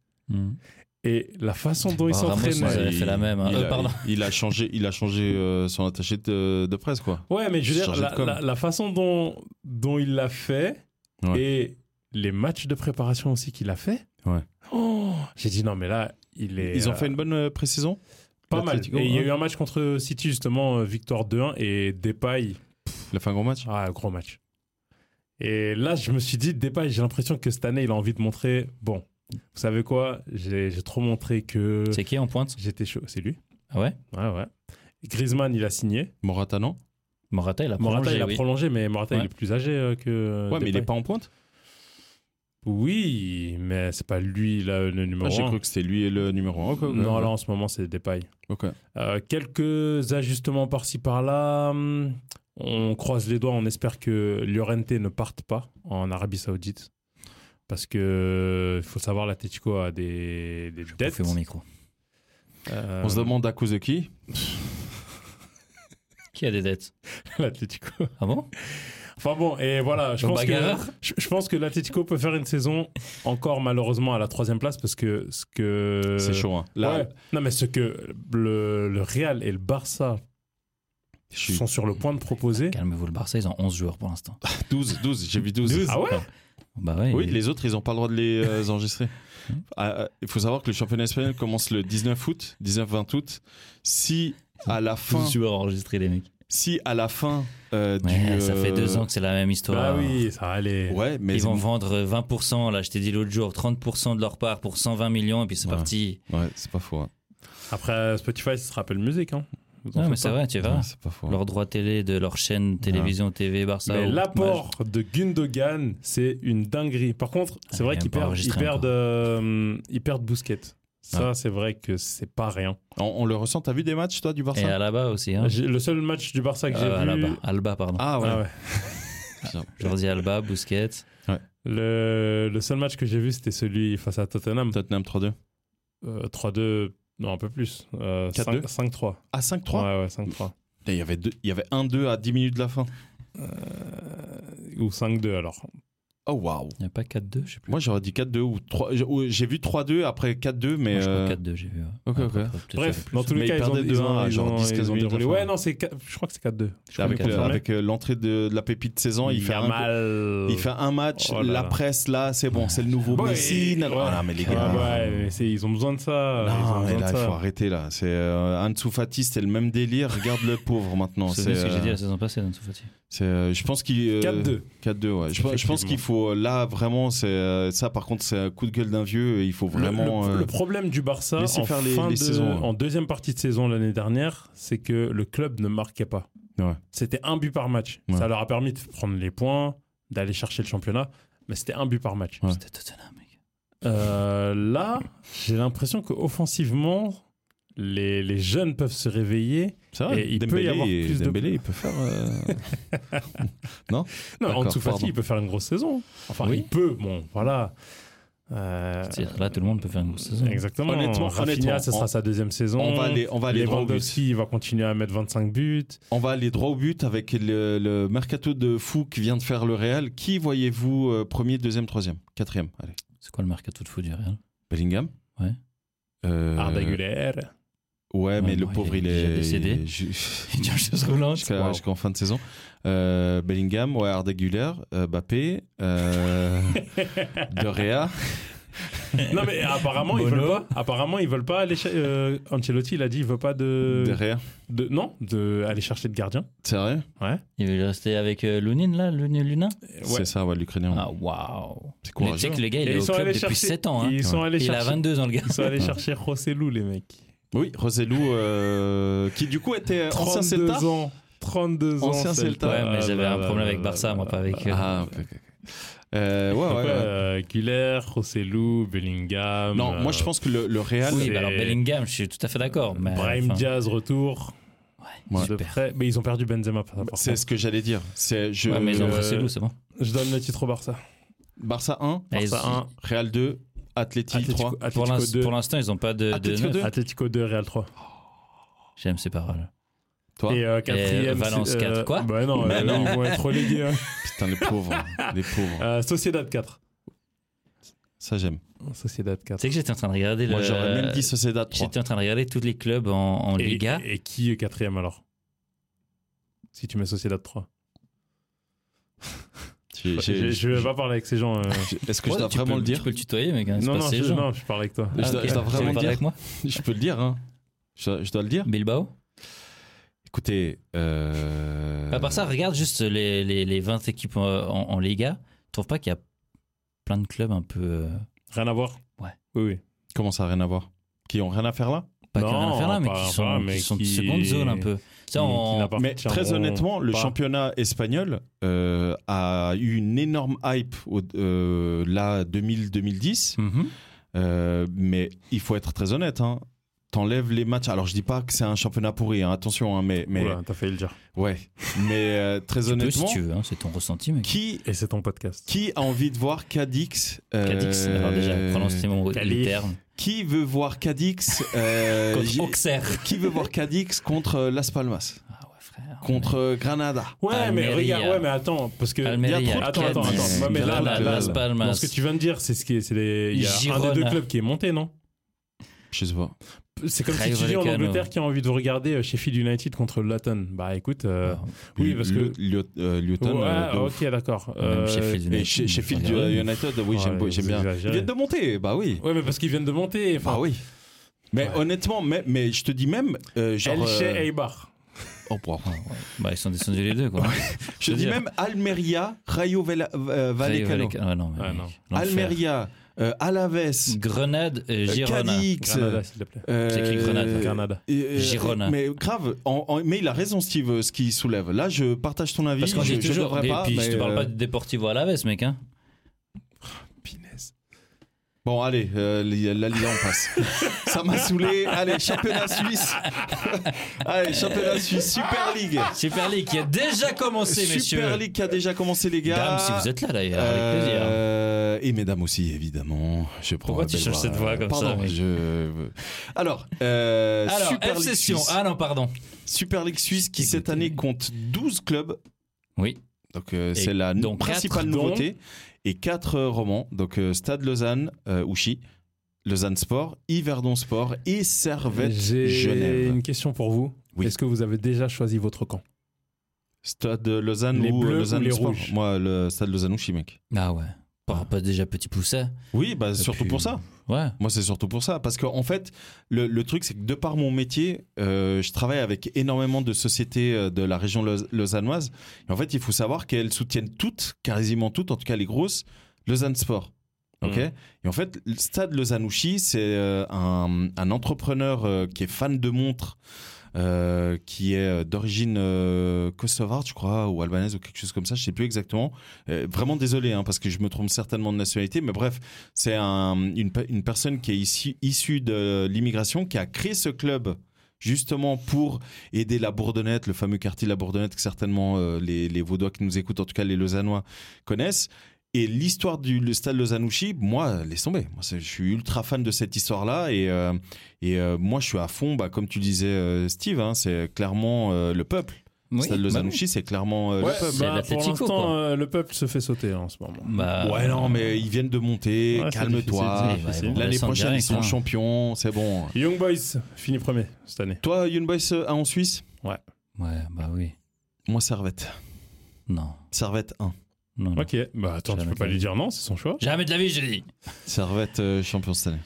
E: Et la façon dont il
D: Bah, Ramos,
E: s'entraînait.
D: vous avez fait la même, hein.
C: Il,
D: Euh,
C: a,
D: pardon.
C: il a changé, il a changé euh, son attaché de, de presse quoi.
E: Ouais, mais je veux dire,
C: Changer de
E: la,
C: com.
E: la- la façon dont, dont il l'a fait
C: Ouais.
E: et les matchs de préparation aussi qu'il a fait.
C: Ouais.
E: Oh, J'ai dit non, mais là, il est.
C: Ils ont
E: euh,
C: fait une bonne euh, pré-saison.
E: pas mal.
C: l'Atlético,
E: Et il y a
C: hein.
E: eu un match contre City, justement, euh, victoire 2-1 et Depay.
C: Il a fait un gros match.
E: Ah, gros match. Et là, je me suis dit, Depay, j'ai l'impression que cette année, il a envie de montrer. Bon, vous savez quoi J'ai j'ai trop montré que
D: C'est qui en pointe
E: j'étais chaud. C'est lui.
D: Ah ouais
E: Ouais, ouais. Griezmann, il a signé.
C: Morata non.
D: Morata, il a
E: Morata,
D: prolongé,
E: il a
D: oui.
E: prolongé, mais Morata,
D: Ouais.
E: il est plus âgé euh, que.
C: Ouais, mais il
E: Depay.
C: est pas en pointe.
E: Oui, mais c'est pas lui là, le
C: Ah,
E: numéro
C: J'ai
E: 1.
C: cru hein. que c'était lui le numéro 1.
E: non, là, en ce moment, c'est Depay. Euh, quelques ajustements par-ci par-là. Hum, On croise les doigts, on espère que Llorente ne parte pas en Arabie Saoudite. Parce que il faut savoir, l'Atletico a des, des
D: Je
E: dettes.
D: fais mon micro.
E: Euh,
C: On se demande à cause de qui
D: Qui a des dettes
E: L'Atletico.
D: Ah bon
E: Enfin bon, et voilà, je
D: Nos
E: pense, que,
D: bagarreurs
E: je, je pense que l'Atletico peut faire une saison encore malheureusement à la troisième place parce que ce que.
C: C'est chaud. hein. Là,
E: Ouais. Non, mais ce que le, le Real et le Barça
C: je suis
E: sont sur le point de proposer.
D: Calmez-vous, le Barça, ils ont 11 joueurs pour l'instant.
C: 12, 12, j'ai vu 12.
E: Ah ouais
D: Bah ouais.
C: Oui,
D: et-
C: les autres, ils n'ont pas le droit de les euh, enregistrer. Ah, euh, Il faut savoir que le championnat espagnol commence le 19 août, 19-20 août. Si à la fin,
D: 12 joueurs enregistrés, les mecs.
C: si à la fin euh, du,
D: Ouais, ça
C: euh,
D: fait deux ans que c'est la même histoire.
E: Bah oui, ça allait.
C: Ouais, mais
D: Ils vont vendre 20%, là, je t'ai dit l'autre jour, 30% de leur part pour 120 millions, et puis c'est
C: Ouais.
D: parti.
C: ouais, c'est pas faux. hein.
E: Après, Spotify, ce sera Apple Music. Hein. Vous en
D: Non, mais
E: faites
D: c'est
E: pas.
D: vrai, tu
C: Ouais,
D: verras.
C: c'est pas faux. hein.
D: Leur droit télé de leur chaîne télévision TV Barça.
E: Mais
D: ou-
E: l'apport de Gundogan, c'est une dinguerie. Par contre, c'est
D: Ah,
E: vrai
D: il a
E: qu'ils
D: pas
E: perdent, ils
D: enregistré
E: perdent,
D: encore.
E: euh, ils perdent Busquets. Ça, c'est vrai que c'est pas rien.
C: On, on le ressent. T'as vu des matchs toi du
D: Et
C: Barça
D: Alaba aussi. Hein.
E: J'ai- Le seul match du Barça que j'ai
D: Euh,
E: vu.
D: Alaba. Alba, pardon.
C: Ah ouais.
E: Ah ouais.
C: Putain.
D: Jordi Alba, Busquets.
E: Le, le seul match que j'ai vu, c'était celui face à Tottenham.
C: Tottenham 3-2.
E: Euh, 3-2, non, un peu plus. Euh,
C: 4-2.
E: 5- 5-3.
C: Ah 5-3.
E: Ouais, ouais, 5-3.
C: Putain, Il y
E: Euh,
C: avait deux, il y avait 1-2 à 10 minutes de la fin.
E: Ou 5-2 alors.
C: Oh waouh.
D: Il n'y a pas 4-2, je sais plus.
C: Moi j'aurais dit 4-2 ou 3. J'ai vu 3-2 après 4-2, mais.
D: Moi, je
C: euh,
D: crois 4-2, j'ai vu. ouais.
C: Ok, ok.
D: Après, peut-être j'avais
E: Bref,
D: plus.
E: dans tous
C: Mais
E: les
C: ils
E: cas, ils ont
C: perdaient
E: des
C: 2-1 à
E: ils
C: genre
E: ont,
C: 10,
E: ils ont
C: 15
E: déroulé.
C: minutes.
E: Ouais, non, c'est quatre- je crois que c'est 4-2. Je
C: avec
E: crois que
C: le-
E: c'est
C: avec euh, l'entrée de, de la pépite de 16 ans, il fait un.
E: mal.
C: Il fait un match,
E: Oh là
C: la
E: là.
C: presse là, c'est bon, c'est le nouveau
E: Ouais,
C: Messi.
E: ouais.
C: nan- Ah non, mais les
E: Ouais,
C: gars.
E: ouais, mais c'est- ils ont besoin de ça. ils ont hein.
C: Non, mais
E: besoin
C: là,
E: de
C: il
E: ça.
C: faut arrêter là. C'est euh, Ansu Fati, c'était le même délire. Regarde le pauvre maintenant.
D: Vous
C: C'est
D: savez ce que j'ai
C: euh,
D: dit la saison passée, Ansu Fati
C: c'est, euh, je pense qu'il euh,
E: 4-2.
C: 4-2, ouais. Je, pense- je pense
E: Effectivement.
C: qu'il faut là vraiment. C'est euh, ça. Par contre, c'est un coup de gueule d'un vieux. et Il faut
E: Le-
C: vraiment.
E: le,
C: euh,
E: le problème du Barça en,
C: laisser faire les-
E: fin
C: les
E: de-
C: saisons, hein. ouais.
E: en deuxième partie de saison l'année dernière, c'est que le club ne marquait pas.
C: Ouais.
E: C'était un but par match.
C: Ouais.
E: Ça leur a permis de prendre les points, d'aller chercher le championnat, mais c'était un but par match.
C: Ouais.
D: C'était Tottenham, mec.
E: Euh, là, j'ai l'impression qu'offensivement, les, les jeunes peuvent se réveiller.
C: C'est
E: et il peut y avoir
C: et
E: plus de-
C: Dembélé, il peut faire. euh,
E: Non,
C: D'accord,
E: en dessous
C: pardon.
E: Fati, il peut faire une grosse saison. Enfin,
D: Oui.
E: il peut, bon, voilà. Euh,
D: C'est-à-dire, là, tout le monde peut faire une grosse saison.
E: Exactement.
C: Honnêtement, honnêtement,
E: Rafinha, ça
C: on-
E: sera sa deuxième saison.
C: On va aller, on va aller droit au but.
E: Lewandowski, il va continuer à mettre 25 buts.
C: On va aller droit au but avec le, le mercato de fou qui vient de faire le Real. Qui voyez-vous euh, premier, deuxième, troisième, quatrième Allez,
D: C'est quoi le mercato de foot du Real
C: Bellingham.
D: Ouais.
C: Euh,
E: Arda Güler.
C: Ouais, mais
D: Ouais,
C: le
D: bon,
C: pauvre, il
D: il est
C: est.
D: déjà décédé.
C: il est- ju-
D: Jusqu'à Roland,
C: Jusqu'à jusqu'en fin de saison. Euh, Bellingham, ouais, Arda Güler, euh, Bappé, euh, De Rea.
E: Non mais apparemment ils
D: Bono.
E: veulent pas. Apparemment ils veulent pas aller. cher- euh, Ancelotti il a dit il veut pas de,
C: De Rea.
E: de- non de aller chercher de gardien.
C: Sérieux
E: Ouais.
D: Il veut rester avec euh, Lunin, là, Lunin, Luna
E: Ouais.
C: C'est ça, ouais, l'Ukrainien.
D: Ah, waouh
C: C'est
D: Mais Tu
C: courageux. hein.
D: sais que le gars, il
E: Et
D: est au club depuis 7 ans. hein.
E: Ils sont
C: Ouais.
E: allés
D: Il a
E: chercher.
D: 22 ans, le gars.
E: Ils sont allés chercher Rossellou les mecs.
C: Oui, Roselou, euh, qui du coup était ancien
E: 32
C: Celta.
E: ans. 32 ans.
C: Ancien Celta.
D: Ouais, mais
E: Ah,
D: j'avais
E: là,
D: un
E: là,
D: problème
E: là,
D: avec
E: là,
D: Barça,
E: là,
D: moi, pas
E: là,
D: avec. euh,
C: Ah, ok, ok. ok. Euh, ouais,
E: bah, Donc,
C: ouais,
E: ouais,
C: ouais.
E: euh, Güler, Rossellou, Bellingham.
C: Non, moi
E: euh,
C: je pense que le, le Real.
D: Oui,
E: c'est-
D: bah alors Bellingham, je suis tout à fait d'accord. mais,
E: Brahim
D: enfin,
E: Diaz retour.
D: ouais,
C: Ouais.
E: de
D: super.
E: près. Mais ils ont perdu Benzema. par- par
C: C'est
E: contre.
C: ce que j'allais dire. C'est je
D: Ouais, mais ils ont
E: euh,
D: dressé loup, c'est bon.
E: Je donne le titre au Barça.
C: Barça 1,
D: Ah, ils-
E: Barça 1,
C: Real 2, Atleti 3.
D: Pour
E: Atletico
D: l'ins-
E: 2.
D: pour l'instant, ils n'ont pas de. de
C: Atletico
D: neuf.
C: deux.
E: Atletico 2, Real 3.
D: J'aime ces paroles.
C: Quoi
E: Et euh, quatrième.
D: Et Valence
E: c'est-
D: 4, quoi
E: Bah non,
C: Bah
E: euh,
C: non.
E: ils vont être relégués. hein.
C: Putain, les pauvres. les pauvres.
E: Euh, Sociedad 4.
C: Ça j'aime.
E: Sociedad 4.
D: Tu sais que j'étais en train de regarder.
C: Moi
D: le-
C: j'aurais même dit Sociedad 3.
D: J'étais en train de regarder tous les clubs en, en
E: et,
D: Liga.
E: et qui est quatrième alors Si tu mets Sociedad 3.
C: J'ai-
E: Je
C: j'ai-
E: je vais pas parler avec ces gens. euh.
C: j'ai- Est-ce que
D: Ouais,
C: je dois
D: tu
C: vraiment
D: peux,
C: le
D: Tu
C: dire
D: peux le tutoyer, mec. hein, c'est
E: Non,
D: pas
E: non,
D: ses
E: je,
D: gens.
E: non, je parle avec toi.
C: Je
D: Ah,
C: dois-
D: ok.
C: je dois
D: Tu veux
C: vraiment
D: parler
C: dire
D: avec moi
C: Je peux le dire, hein. Je, je dois le dire.
D: Bilbao
C: Écoutez. Euh...
D: À part ça, regarde juste les, les, les 20 équipes en, en- en Liga. Tu trouves pas qu'il y a plein de clubs un peu. euh,
E: Rien à voir
D: Ouais.
E: Oui, oui.
C: Comment ça, rien à voir Qui ont rien à faire là
D: Pas
E: Non,
D: qu'il y en a rien à faire là, mais
E: pas-
D: qui sont,
E: pas,
D: qui
E: mais
D: sont de
E: qui-
D: seconde zone un peu.
E: Qui-
D: Ça, on-
E: qui n'appartiendront
C: Mais très honnêtement, le
E: pas.
C: championnat espagnol euh, a eu une énorme hype au, euh, là 2000-2010.
D: Mhm.
C: Euh, mais il faut être très honnête. Hein. T'enlèves les matchs. Alors je dis pas que c'est un championnat pourri. hein, Attention, hein, mais, mais
E: Oula, t'as failli le dire.
C: ouais. Mais euh, très
D: Tu peux si
C: honnêtement,
D: tu veux, hein, c'est ton ressenti, mec.
C: qui
E: Et c'est ton podcast.
C: qui a envie de voir Cadix euh,
D: Cadix, alors déjà, prononce mon
E: Calif.
D: terme.
C: Qui veut voir Cadix euh,
D: Contre
C: j'ai-
D: Auxerre.
C: Qui veut voir Cadix contre euh, Las Palmas,
D: Ah ouais, frère.
C: contre euh, Granada
E: Ouais,
D: Almeria.
E: mais regarde, ouais, mais attends, parce que
D: Almeria,
E: il y a trop- attends, attends,
C: Cadiz,
E: attends. Ouais, mais là, là,
D: Granada,
E: là,
D: Las
E: là,
D: Palmas.
E: dans ce que tu viens de dire, c'est ce qui est, c'est les, il y a un
D: Girona.
E: des deux clubs qui est monté, non
C: Je sais pas.
E: C'est comme
D: Très
E: si tu dis en
D: volcano.
E: Angleterre qui a envie de regarder euh, Sheffield United contre Luton. Bah écoute, euh,
D: Ah,
E: oui, parce que
C: Lu- Lu- euh, Luton.
E: ouais,
C: euh, de ouf.
E: ok, d'accord.
D: même
E: Euh,
D: Sheffield
C: Et
D: United,
C: chez,
D: je
C: Sheffield
D: regarde.
C: United, oui, j'aime
E: Ouais,
C: j'aime
E: vous
C: bien.
E: exagérez.
C: Ils viennent de monter, bah oui.
E: Ouais, mais parce qu'ils viennent de monter. Enfin,
C: Bah
D: Ah
C: oui. Mais
E: Ouais.
C: honnêtement, mais, mais je te dis même, euh, genre.
E: Elche
C: euh,
E: Eibar.
C: oh, pour-
D: Ouais, ouais. Bah, ils sont descendus les deux, quoi.
C: je te dis
D: dire.
C: même Almeria, Rayo Vela- euh, Vallecano.
D: Vallecano. Ah non, mais
E: Ah,
D: mec,
E: non.
D: l'enfer.
C: Almeria, euh, Alaves,
D: Grenade, euh,
C: euh,
D: Girona.
C: Cadix.
E: Granada, s'il te plaît.
C: euh,
D: J'ai écrit Grenade,
E: Granada.
C: et, euh,
D: Girona.
C: Mais grave, en- en- mais il a raison, Steve, euh, ce qu'il soulève. Là, je partage ton avis.
D: Parce qu'on
C: je,
D: dit
C: je
D: toujours.
C: devrais
D: et
C: pas.
D: puis, je
C: mais,
D: te parle
C: euh,
D: pas de Deportivo Alaves, mec. Hein.
C: Bon, allez, euh, li- la Liga, on passe. Ça m'a saoulé. Allez, championnat suisse. allez, championnat suisse, Super League.
D: Super League qui a déjà commencé,
C: Super
D: Oh, messieurs.
C: League qui a déjà commencé, les gars.
D: Dame, si vous êtes là, d'ailleurs, avec plaisir.
C: Euh, et mesdames aussi, évidemment. Je prends
D: Pourquoi
C: ma
D: tu
C: belle
D: changes cette voix comme
C: Pardon,
D: ça, mec
C: je... Alors, euh,
D: Alors,
C: Super, League
D: F-Session.
C: Suisse.
D: Ah non, pardon.
C: Super League Suisse qui, cette
D: Écoutez.
C: année, compte 12 clubs.
D: Oui.
C: Donc, euh, c'est la
D: donc,
C: principale
D: quatre, donc.
C: nouveauté. et quatre euh, romans. Donc euh, Stade Lausanne, euh, Ouchy, Lausanne Sport, Yverdon Sport et Servette
E: J'ai
C: Genève.
E: une question pour vous.
C: Oui.
E: Est-ce que vous avez déjà choisi votre camp
C: Stade Lausanne
E: Les
C: ou
E: bleus
C: euh,
E: ou
C: Lausanne
E: les
C: Sport
E: rouges
C: Moi, le Stade Lausanne Ouchy, mec.
D: Ah ouais. Pas, pas déjà petit pousset.
C: Oui, bah, surtout
E: puis-
C: pour ça.
D: Ouais.
C: Moi, c'est surtout pour ça. Parce qu'en fait, le, le truc, c'est que de par mon métier, euh, je travaille avec énormément de sociétés euh, de la région laus- lausannoise. Et en fait, il faut savoir qu'elles soutiennent toutes, quasiment toutes, en tout cas les grosses, Lausanne Sport. Ok.
E: Mhm.
C: Et en fait, le Stade Lausannouchi, c'est euh, un, un entrepreneur euh, qui est fan de montres, euh, qui est euh, d'origine euh, kosovare, je crois, ou albanaise, ou quelque chose comme ça, je sais plus exactement. Euh, vraiment désolé, hein, parce que je me trompe certainement de nationalité, mais bref, c'est un- une, pe- une personne qui est issue, issue de l'immigration, qui a créé ce club justement pour aider la Bourdonnette, le fameux quartier de la Bourdonnette que certainement euh, les, les Vaudois qui nous écoutent, en tout cas les Lausannois, connaissent. Et l'histoire du le stade Lausanne-Ouchy, moi, laisse tomber. Moi, c'est- je suis ultra fan de cette histoire-là. Et, euh, et euh, moi, je suis à fond, bah, comme tu disais, euh, Steve, hein, c'est clairement euh, le peuple. Le
D: Oui,
C: stade
D: bah
C: Lausanne-Ouchy, c'est clairement euh,
E: Ouais,
C: le peuple.
D: c'est
E: bah, Pour
D: l'Atlético,
E: l'instant,
D: quoi.
E: euh, le peuple se fait sauter hein, en ce moment.
D: oui. Bah,
C: ouais, non, mais ils viennent de monter.
E: Ouais, c'est
C: Calme-toi.
E: difficile, c'est
D: Ouais,
E: difficile.
D: ouais,
C: L'année
D: descend
C: prochaine,
D: direct,
C: ils sont
D: hein.
C: champions. C'est bon.
E: Young Boys, fini premier cette année.
C: Toi, Young Boys euh, 1 en Suisse
D: Ouais, bah oui.
C: Moi, Servette.
D: Non.
C: Servette 1.
D: non, non.
E: Ok, bah attends, tu
D: Jamais
E: peux pas
D: de la
E: lui
D: vie.
E: dire non, c'est son choix.
D: Jamais de la vie, j'ai dit.
C: Servette euh, champion cette année.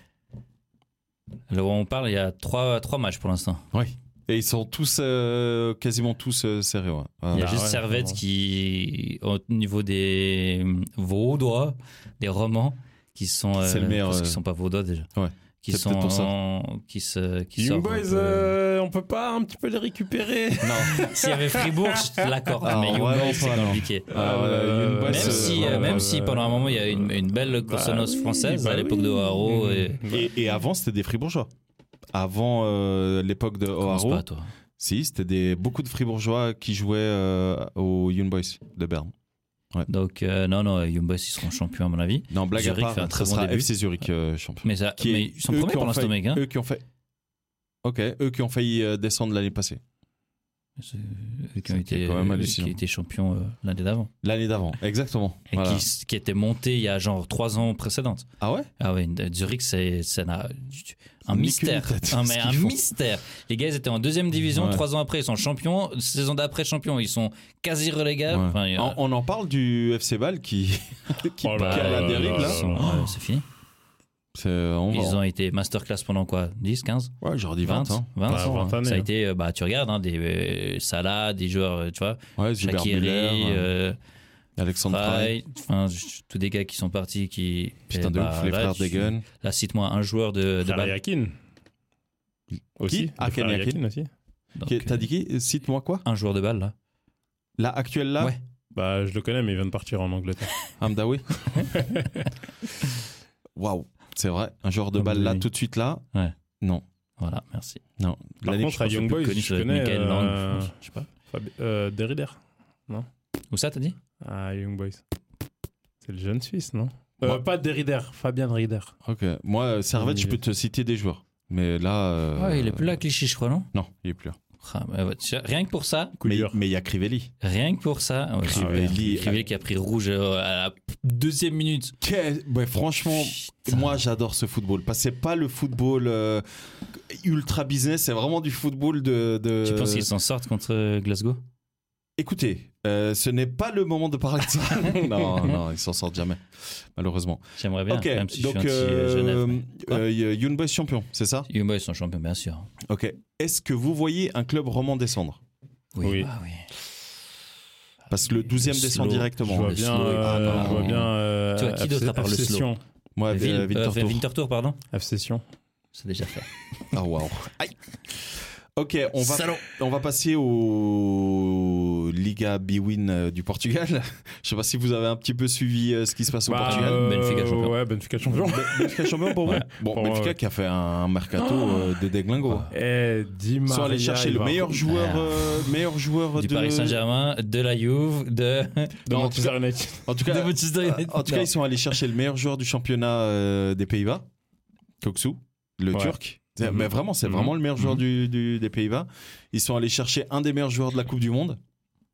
D: Alors, on parle, il y a trois, trois matchs pour l'instant.
C: Oui. Et ils sont tous, euh, quasiment tous euh, serrés. ouais. Ouais.
D: Il y a
E: Ah
D: juste
E: ouais,
D: Servette
E: vraiment.
D: qui, au niveau des hum, vaudois, des romans, qui sont.
C: C'est le meilleur,
D: Parce qu'ils
C: euh,
D: sont pas vaudois déjà.
C: Ouais.
D: Qui
C: C'est
D: sont.
C: peut-être pour ça.
D: en- Qui se. Qui
E: Young
D: sortent un
E: Boys,
D: peu.
E: euh, on peut pas un petit peu les récupérer
D: Non, s'il y avait Fribourg, je te l'accorde,
C: Ah,
D: mais Young
C: vraiment
D: Boys,
C: pas,
D: c'est
C: non.
D: compliqué.
C: Ah, ouais, Young Boys,
D: Même
C: c'est-
D: si,
C: ouais,
D: euh,
C: ouais,
D: même
C: ouais.
D: si pendant un moment il y a une, une belle consonance
E: oui,
D: française
E: bah
D: à l'époque de
E: oui.
D: Haro et.
E: Mmh.
C: Et, et avant, c'était des Fribourgeois. Avant euh, l'époque de
D: Commence
C: O'Haro,
D: pas, toi.
C: si, c'était des, beaucoup de Fribourgeois qui jouaient euh, aux Young Boys de Berne.
D: Donc, euh, non, non, Young Boys, ils seront champions à mon avis.
C: Non, blague
D: Zurich
C: à part,
D: fait un très
C: ça
D: bon
C: sera
D: début.
C: FC Zurich euh, champion.
D: Mais, ça,
C: Qui est-
D: mais ils sont
C: eux
D: premiers
C: qui ont
D: pour l'instant,
C: failli-
D: mec. Hein.
C: Eux qui ont fait. Ok, eux qui ont failli euh, descendre l'année passée.
D: C'est- eux qui ont
C: C'est
D: été,
C: quand même
D: eux
C: hallucinant.
D: qui étaient champions euh, l'année d'avant.
C: L'année d'avant, exactement.
D: Et
C: Voilà.
D: qui, s- qui était monté il y a genre trois ans précédentes.
C: Ah ouais
D: Ah oui, Zurich, c'est ça n'a- un
C: Ni
D: mystère.
C: queue ni tête,
D: Un,
C: ce
D: mais
C: qu'ils
D: un
C: font.
D: mystère. Les gars, ils étaient en deuxième division,
C: Ouais.
D: trois ans après, ils sont champions. Saison d'après, champions. Ils sont quasi relégables.
C: Ouais.
D: Enfin, il y a-
C: on, on en parle du FC Ball qui, qui,
E: Oh là
C: qui a
E: là
C: la
E: là
C: dérive
E: là
C: là.
D: ils sont-
E: Oh.
D: ouais, C'est fini.
C: C'est- on va-
D: Ils ont été masterclass pendant quoi 10, 15
C: Ouais, j'aurais dit 20. hein.
D: 20,
E: Ouais, 20 années,
D: Ça a
E: hein.
D: été, euh, bah, tu regardes, hein, des euh, Salah, des joueurs, euh, tu vois,
C: Ouais, Zuber
D: Shakiri,
C: Müller, euh,
D: euh,
C: Alexandre Frey.
D: Fry, enfin, je- tous des gars qui sont partis, qui.
C: Putain
D: eh
C: de
D: bah,
C: ouf, les
D: là,
C: frères
D: tu-
C: Degen.
D: Là, cite-moi un joueur de, de
E: Frère
D: balle.
E: Yakin. Aussi.
C: Ah,
E: le frère
C: Ken Yakin.
E: Yakin aussi.
D: Donc, euh,
C: Qui- T'as dit qui Cite-moi quoi
D: un joueur de balle, là.
C: La actuelle là
D: Ouais.
E: Bah, je le connais, mais il vient de partir en Angleterre.
C: Hamdaoui Waouh, c'est vrai. Un joueur de balle là,
D: Hamdaoui.
C: tout de suite là
D: Ouais.
C: Non,
D: Voilà, merci.
C: non.
E: Par
C: L'année-
E: contre, à
D: Je
E: Young
D: sais plus
E: Boys,
D: connu,
E: je
D: ça doit être
E: connais.
D: Michael Lang,
E: euh,
D: je pense, je sais pas.
E: Fabi- euh, Derrider.
D: Où ça, t'as dit
E: Ah, Young Boys. C'est le jeune Suisse, non
C: Moi-
E: Euh, Pas Derrider, Fabien Derrider.
C: Ok. Moi, euh, Servette, je peux te citer des joueurs. Mais là. euh,
D: Ouais, Ah, il est plus là, Clichy, je crois, non
C: Non, il est plus là.
D: Ah, bah, ouais, tu sais, Rien que pour ça,
E: Coup
C: Mais-
E: dur.
C: Mais il y a Crivelli.
D: rien que pour ça. Ah ouais, c'est-
C: Crivelli.
D: Crivelli qui a pris rouge euh, à la deuxième minute.
C: Quel- ouais, franchement,
D: Putain.
C: moi j'adore ce football. Parce que c'est pas le football euh, ultra business, c'est vraiment du football de. de-
D: Tu penses qu'ils s'en sortent contre euh, Glasgow
C: Écoutez, euh, ce n'est pas le moment de parler de ça. non, non, ils s'en sortent jamais, malheureusement.
D: J'aimerais bien,
C: ok,
D: même si
C: donc
D: je suis
C: euh,
D: anti-Genève. Quoi
C: euh, Young Boys champion, c'est ça
D: Young Boys sont champions, bien sûr.
C: Ok. Est-ce que vous voyez un club roman descendre
D: Oui,
E: Oui.
D: bah oui.
C: Parce que le 12e
D: Le
C: descend
D: slow.
E: Je
C: directement.
E: vois
D: le
E: bien.
D: slow est pas
E: euh,
D: mal.
E: Je vois bien. euh,
D: Tu vois, qui
E: FC
D: d'autre à part le
E: FC
D: slow
E: Sion.
C: Moi,
D: Ville-
C: euh, Victor
D: euh,
C: Tour.
D: Winterthur, pardon.
E: FC Sion.
D: C'est déjà fait.
C: Ah waouh. Aïe. Ok, on va, on va passer au Liga Bwin euh, du Portugal. Je sais pas si vous avez un petit peu suivi euh, ce qui se passe au
E: Bah,
C: Portugal.
E: euh,
D: Benfica champion.
E: Ouais, Benfica champion.
C: Be- Benfica champion pour vous
D: Ouais.
C: Bon,
E: Pour moi,
C: Benfica
E: ouais.
C: qui a fait un mercato euh, de déglingo.
E: Eh, Di Maria.
C: Sans aller chercher
E: il
C: le
E: va-
C: meilleur joueur, euh, meilleur joueur
D: Du
C: de
D: Paris Saint-Germain, de la Juve, de.
E: de
C: Non, en tout
E: Manchester United.
C: En tout cas, euh,
D: de Manchester
E: Ah,
D: United.
C: en tout cas,
D: Non.
C: ils sont allés chercher le meilleur joueur du championnat euh, des Pays-Bas, Koksu, le
E: Ouais.
C: Turc. C'est-
E: Mhm.
C: Mais vraiment, c'est
E: Mhm.
C: vraiment le meilleur joueur
D: Mhm.
C: du, du- des Pays-Bas. Ils sont allés chercher un des meilleurs joueurs de la Coupe du Monde,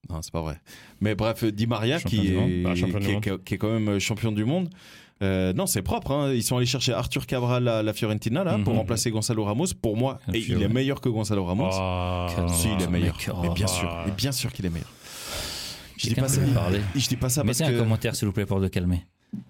C: Non, c'est pas vrai. Mais bref, Di Maria,
E: Champion
C: qui
E: du monde.
C: est,
E: Bah, champion du
C: qui, est, qui est quand même champion du monde. Euh, non, c'est propre. hein. Ils sont allés chercher Arthur Cabral à la Fiorentina là, pour
D: Mhm.
C: remplacer Gonzalo Ramos. Pour moi,
D: Ah,
C: et
D: puis,
C: il
D: ouais.
C: est meilleur que Gonzalo Ramos.
E: Ah.
C: si, il est
D: mec,
C: meilleur.
D: oh.
C: Mais bien sûr,
E: Ah.
C: mais bien sûr qu'il est meilleur. Je dis
D: Quelqu'un
C: pas ça.
D: peut lui parler.
C: Je dis pas ça parce
D: Mettez un
C: que
D: commentaire, s'il vous plaît, pour le calmer.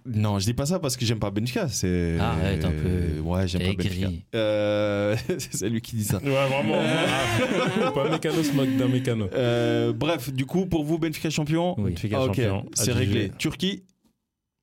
C: non, je dis pas ça parce que j'aime pas Benfica. C'est
D: Arrête un peu.
C: Ouais, j'aime pas
D: Aigri.
C: Benfica. Euh, c'est lui qui dit ça.
E: Ouais, vraiment. Ah. Pas mécano, se moque d'un mécano.
C: Euh, bref, du coup, pour vous, Benfica champion. Ah,
D: Oui.
E: Benfica
C: ok,
E: champion.
C: c'est
E: Adieu.
C: réglé. Turquie,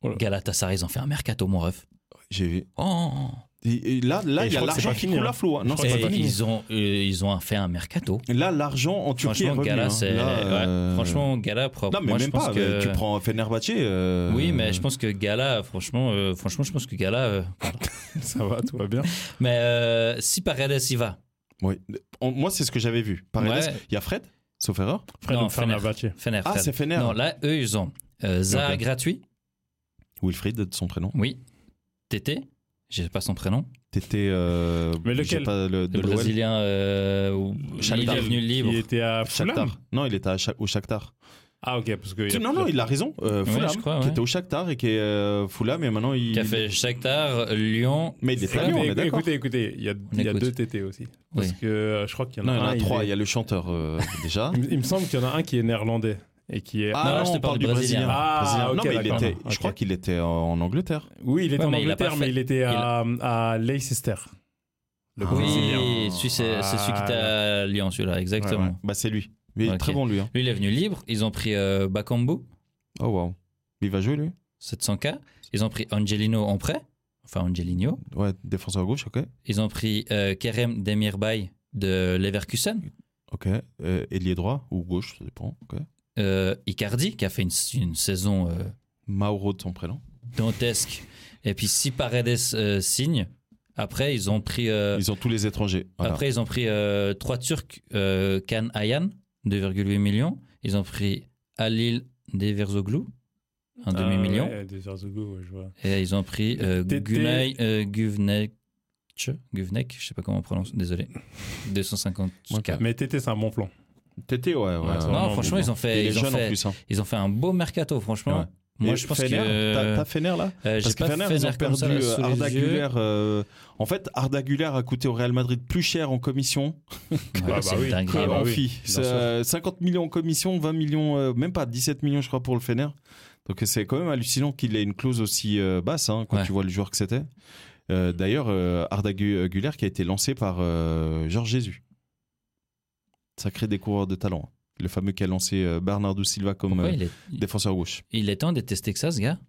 D: Galatasaray, ils ont fait un mercato, mon ref.
C: j'ai vu.
D: Oh, oh, oh.
C: Et- et là, là,
E: Et
C: il
E: je
C: y a
E: crois que c'est
C: l'argent
E: pas
C: qui
E: fini,
C: coule
E: hein.
C: à flot. hein. Non,
E: Je
C: c'est
E: crois
C: pas
D: Et
E: que c'est
C: fini.
D: ils ont, euh, ils ont fait un mercato.
C: Là, l'argent en Turquie est
D: Franchement,
C: revenu.
D: Gala,
C: hein.
D: c'est.
C: Là,
D: ouais,
C: euh,
D: Franchement, Gala propre.
C: Non, mais
D: Moi,
C: même
D: je pense
C: pas.
D: que-
C: Tu prends Fenerbahçe. euh,
D: Oui, mais je pense que Gala, franchement, euh, franchement, je pense que Gala. euh,
E: Ça va, tout va bien.
D: Mais euh, si Paredes y va,
C: Oui. On- Moi, c'est ce que j'avais vu. Par
D: Ouais.
C: il y a Fred, sauf erreur.
E: Fred,
D: Non,
E: on ferme
D: Fener.
E: la bâtie.
D: Fener.
C: Ah,
D: Fred.
C: c'est Fener.
D: Non, là, eux, ils ont euh, Zaha
C: Ok.
D: gratuit.
C: Wilfried, de son prénom.
D: Oui. Tété. J'ai pas son prénom.
C: T'étais. euh,
E: Mais
C: j'ai
E: lequel
C: pas le, de
D: Le
C: l'OL.
D: Brésilien. euh, ou- il
C: Shakhtar.
D: est venu libre.
E: Il était à Fulham.
C: Shakhtar. Non, il était à Sha- au Shakhtar.
E: Ah, ok, parce que. il y a
C: non,
E: plusieurs-
C: non, il a raison. Euh,
D: Ouais,
C: Fulham,
D: je crois,
C: qui
D: ouais.
C: était au Shakhtar et qui est euh, Fulham, et maintenant il.
D: Qui a fait Shakhtar, Lyon.
C: Mais il est
E: Écoutez,
C: très bien, on est
E: écoutez,
C: d'accord.
E: écoutez, écoutez, il y a, il y a
D: écoute.
E: deux TT aussi. Parce
D: Oui.
E: que euh, je crois qu'il y en
C: Non,
E: a
C: il y en
E: un.
C: a trois. Il
E: est-
C: y a le chanteur euh, déjà.
E: il, il me semble qu'il y en a un qui est néerlandais et qui est.
D: non, je te
C: on
D: parle
C: parle
D: du Brésilien.
E: Ah,
C: Brésilien.
E: ok,
C: non, mais il
E: d'accord.
C: était,
E: Ok.
C: je crois qu'il était en Angleterre.
E: Oui, il était
D: Ouais,
E: en
D: mais il a pas
E: Angleterre,
D: fait-
E: mais il était à, à Leicester. Le
C: Ah.
D: Oui,
E: Brésilien.
D: celui, c'est c'est celui qui était
E: Voilà.
D: à Lyon, celui-là, exactement.
E: Ouais, ouais.
C: Bah, c'est lui. Il est
D: Ok.
C: très bon, lui. hein.
D: Lui, il est venu libre. Ils ont pris euh, Bakambu,
C: Oh, waouh. Il va jouer, lui
D: 700K. Ils ont pris Angelino en prêt. Enfin, Angelino.
C: Ouais, défenseur gauche, ok.
D: Ils ont pris euh, Kerem Demirbay de Leverkusen.
C: Ok. Euh, ailier droit ou gauche, ça dépend. Ok.
D: Euh, Icardi, qui a fait une, une saison euh,
C: Mauro de son prénom.
D: dantesque. Et puis, si Paredes euh, signe, après, ils ont pris, euh,
C: Ils ont tous les étrangers. Voilà.
D: après, ils ont pris euh, trois Turcs, euh, Kan Ayan, 2,8 millions. Ils ont pris Halil Deverzoglu, un
E: Ah,
D: demi-million.
E: ouais, des Herzogou, ouais, je vois.
D: Et ils ont pris euh,
E: TT.
D: Gunay euh, Guvnek. Guvnek, je sais pas comment on prononce, désolé. 250
C: Ok.
E: Mais TT, c'est un bon plan.
C: Tété, ouais. ouais,
E: Ouais, ça
C: ouais.
E: va.
D: Non,
E: vraiment
D: franchement,
E: bon.
D: ils ont
C: Et
D: fait,
C: les
D: ils ont
C: jeunes en
D: fait,
C: plus. hein.
D: ils ont fait un beau mercato, franchement.
C: Ouais.
D: Moi,
C: Et
D: je pense
C: Fener,
D: que
C: T'as t'as Fener, là
D: euh, j'ai
C: Parce que
D: pas de
C: Fener, ils ont
D: Fener comme
C: perdu
D: ça là,
C: euh,
D: sous les
C: Arda
D: yeux.
C: Güler. euh, En fait, Arda Güler a coûté au Real Madrid plus cher en commission
D: Ah Ouais,
E: bah
D: c'est
E: oui.
D: dingue.
E: Ah
C: qu'en
E: bah oui,
C: FI.
E: bien
C: C'est,
E: sûr.
C: euh, 50 millions en commission, 20 millions, euh, même pas 17 millions, je crois, pour le Fener. Donc euh, c'est quand même hallucinant qu'il ait une clause aussi euh, basse hein, quand
D: Ouais.
C: tu vois le joueur que c'était. Euh, D'ailleurs, euh, Arda Gu- Güler qui a été lancé par euh, Georges Jésus. Sacré découvreur de talent. hein. Le fameux qui a lancé euh, Bernardo Silva comme
D: Pourquoi
C: euh,
D: il est,
C: défenseur gauche.
D: il est temps de tester que ça, ce gars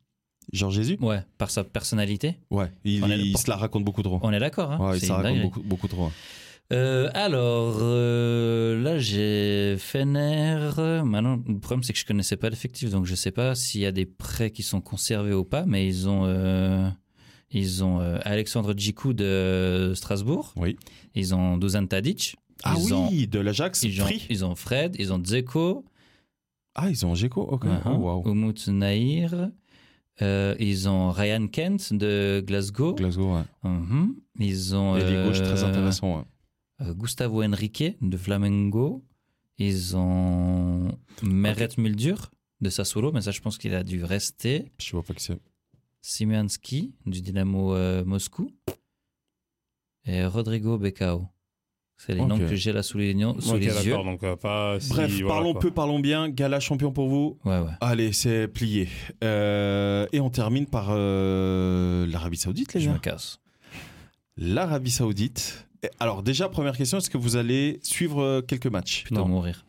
C: Georges Jésus
D: Ouais, par sa personnalité.
C: Ouais, il,
D: On est-
C: il se la raconte beaucoup trop.
D: On est d'accord, hein
C: Ouais, il
D: C'est
C: se la
D: une
C: raconte
D: dinguerie.
C: beaucoup, beaucoup trop. hein.
D: Euh, alors, euh, là j'ai Fener. Maintenant, le problème c'est que je connaissais pas l'effectif, donc je sais pas s'il y a des prêts qui sont conservés ou pas, mais ils ont, euh, ils ont euh, Alexandre Djikou de Strasbourg,
C: Oui.
D: ils ont Dusan Tadic,
C: Ah
D: ils
C: oui,
D: ont,
C: de l'Ajax,
D: ils, ont,
C: Free.
D: ils ont Fred, ils ont Dzeko,
C: Ah, ils ont Géco, ok.
D: uh-huh,
C: Oh, wow.
D: Umut Nahir, euh, ils ont Ryan Kent de Glasgow,
C: Glasgow, ouais.
D: Mhm. ils ont
C: Et les gauches, très
D: euh,
C: intéressant. ouais.
D: Euh, Gustavo Henrique de Flamengo. Ils ont Meret Muldur de Sassuolo, mais ça, je pense qu'il a dû rester.
C: Je vois pas que c'est.
D: Simianski du Dynamo euh, Moscou. Et Rodrigo Becao. C'est les
C: Ok.
D: noms que j'ai là sous les, sous
E: Ok,
D: les yeux.
E: d'accord, donc euh, pas. si-
C: Bref,
E: voilà,
C: parlons
E: quoi.
C: peu, parlons bien. Gala champion pour vous.
D: Ouais, ouais.
C: Allez, c'est plié. Euh, et on termine par euh, l'Arabie Saoudite, les
D: Je me
C: gens.
D: casse.
C: L'Arabie Saoudite. Et Alors, déjà, première question est-ce que vous allez suivre euh, quelques matchs
D: Putain,
E: Non.
D: mourir.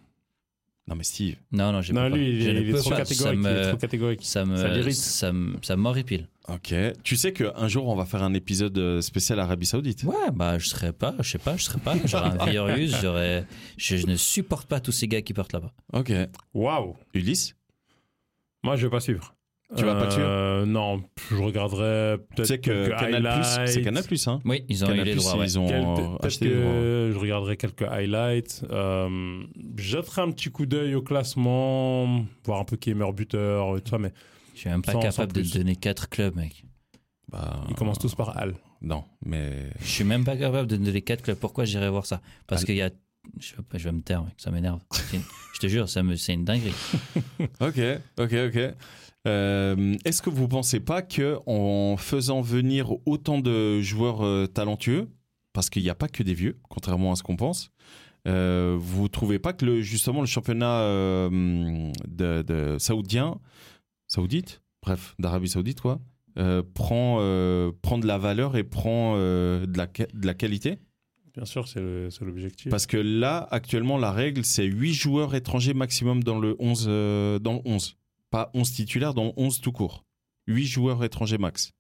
C: Non, mais Steve.
D: Non, non, j'ai
E: Non,
D: pas.
E: lui, il
D: Je ne
E: est- il est
D: peux
E: trop
D: pas.
E: catégorique.
D: Ça
E: Il
D: me,
E: est trop catégorique.
D: ça me,
E: Ça l'irrite.
D: ça me, ça m'horripile.
C: Ok. Tu sais qu'un jour, on va faire un épisode euh, spécial Arabie Saoudite.
D: Ouais, bah, je serais pas, je sais pas, je serais pas. J'aurais un virus, j'aurais, je, je ne supporte pas tous ces gars qui partent là-bas.
C: Ok.
E: Waouh!
C: Ulysse
E: Moi, je vais pas suivre.
C: Tu vas pas
E: Euh, Non, je regarderai
C: Tu
E: peut-être.
C: sais que
E: quelques
C: Canal Plus, c'est
E: highlights,
C: Canal Plus, hein
D: Oui, ils ont eu
C: Canal
D: les
C: Plus,
D: droits, ouais.
C: ils ont
E: quel-
C: euh,
E: peut-être
C: acheté les droits.
E: que je regarderai quelques highlights. Euh, jetterai un petit coup d'œil au classement, voir un peu qui est meilleur buteur, euh, tout ça, mais
D: Je suis même pas
E: Sans- sans
D: capable de
E: plus.
D: te donner quatre clubs, mec.
C: Bah,
E: ils commencent tous par Al.
C: Non, mais.
D: Je suis même pas
C: Ah.
D: capable de donner quatre clubs. Pourquoi j'irai voir ça Parce
C: Allez.
D: qu'il y a. Je vais, pas- je vais me taire, mec, ça m'énerve. Je Je te jure, ça me, c'est une dinguerie.
C: Ok, ok, ok. Euh, Est-ce que vous pensez pas que en faisant venir autant de joueurs euh, talentueux, parce qu'il n'y a pas que des vieux, contrairement à ce qu'on pense, euh, vous trouvez pas que le, justement le championnat euh, de, de saoudien, saoudite, bref, d'Arabie saoudite, quoi, euh, prend, euh, prend de la valeur et prend euh, de, la, qua- de la qualité
E: Bien sûr, c'est le- c'est l'objectif.
C: Parce que là, actuellement, la règle, c'est 8 joueurs étrangers maximum dans le 11. euh, dans le 11. Pas 11 titulaires, dans le 11 tout court. 8 joueurs étrangers max.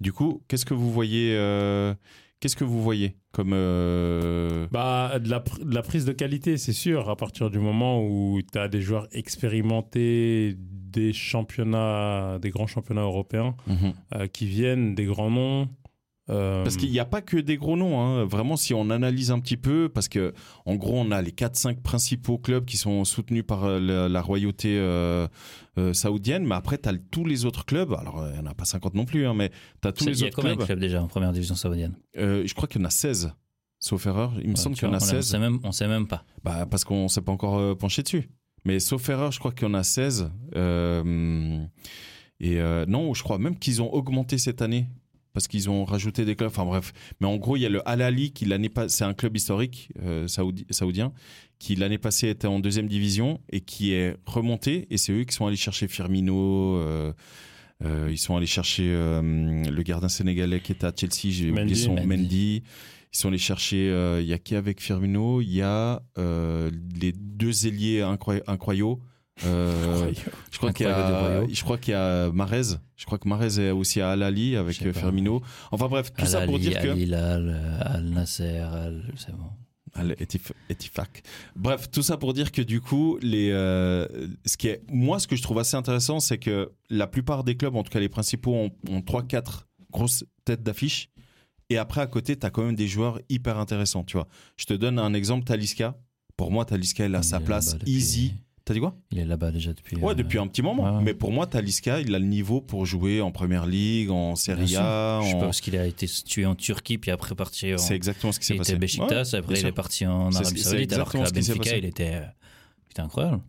C: Du coup, qu'est-ce que vous voyez euh, Qu'est-ce que vous voyez comme. euh,
E: Bah, de la, pr- de la prise de qualité, c'est sûr, à partir du moment où tu as des joueurs expérimentés des championnats, des grands championnats européens
C: mhm.
E: euh, qui viennent, des grands noms. euh,
C: Parce qu'il n'y a pas que des gros noms. hein. Vraiment, si on analyse un petit peu, parce que en gros, on a les 4-5 principaux clubs qui sont soutenus par euh, la, la royauté euh, euh, saoudienne, mais après, tu as tous les autres clubs. Alors, euh, il n'y en a pas 50 non plus, hein, mais tu as tous
D: Ça,
C: les
D: Il y a
C: autres
D: combien
C: clubs.
D: de clubs déjà en première division saoudienne
C: Euh, je crois qu'il y en a 16, sauf erreur. Il me semble
D: Tu
C: qu'il y
D: vois,
C: en a
D: on ne
C: 16,
D: sait même, on sait même pas.
C: bah, parce qu'on ne s'est pas encore euh, penché dessus. Mais sauf erreur, je crois qu'il y en a 16. euh, et euh, non, je crois même qu'ils ont augmenté cette année, parce qu'ils ont rajouté des clubs. Enfin bref. Mais en gros, il y a le Al-Ali, qui l'année pas- c'est un club historique euh, saoudi- saoudien, qui l'année passée était en deuxième division et qui est remonté. Et c'est eux qui sont allés chercher Firmino. euh, euh, ils sont allés chercher euh, le gardien sénégalais qui était à Chelsea, j'ai oublié
E: Mendy,
C: son
D: Mendy.
C: Mendy. Ils sont allés chercher, euh, il y a qui avec Firmino Il y a euh, les deux ailiers incroy- incroyaux. Euh, je crois qu'il y a,
D: Incroyable.
C: je crois qu'il y a Marez. Je crois que Marez est aussi à Al Ali avec
D: Je sais pas.
C: Firmino. Enfin bref, tout ça pour
D: Al-Ali,
C: dire que
D: Al-Hilal, euh, Al-Nasser, Al- c'est bon.
C: Al Etif- Etifak. Bref, tout ça pour dire que du coup, les, euh, ce qui est, moi, ce que je trouve assez intéressant, c'est que la plupart des clubs, en tout cas les principaux, ont, ont 3-4 grosses têtes d'affiche. Et après, à côté, tu as quand même des joueurs hyper intéressants, tu vois. Je te donne un exemple, Taliska. Pour moi, Taliska, elle a
D: Il
C: sa
D: est
C: place
D: là-bas depuis-
C: easy. T'as dit quoi
D: Il est là-bas déjà depuis.
C: Ouais,
D: euh,
C: depuis un petit moment.
D: ouais.
C: Mais pour moi, Taliska, il a le niveau pour jouer en première ligue, en Serie
D: sûr.
C: A.
D: euh, Je
C: en-
D: pense qu'il a été tué en Turquie, puis après parti en.
C: C'est exactement ce qui s'est
D: Il était
C: passé. Ouais.
D: Beşiktaş, après
C: bien
D: il
C: sûr.
D: est parti en
C: C'est ce-
D: Arabie
C: c'est
D: Saoudite, alors que
C: exactement
D: la
C: ce qui s'est
D: Benfica,
C: passé.
D: il était. euh, Putain, incroyable.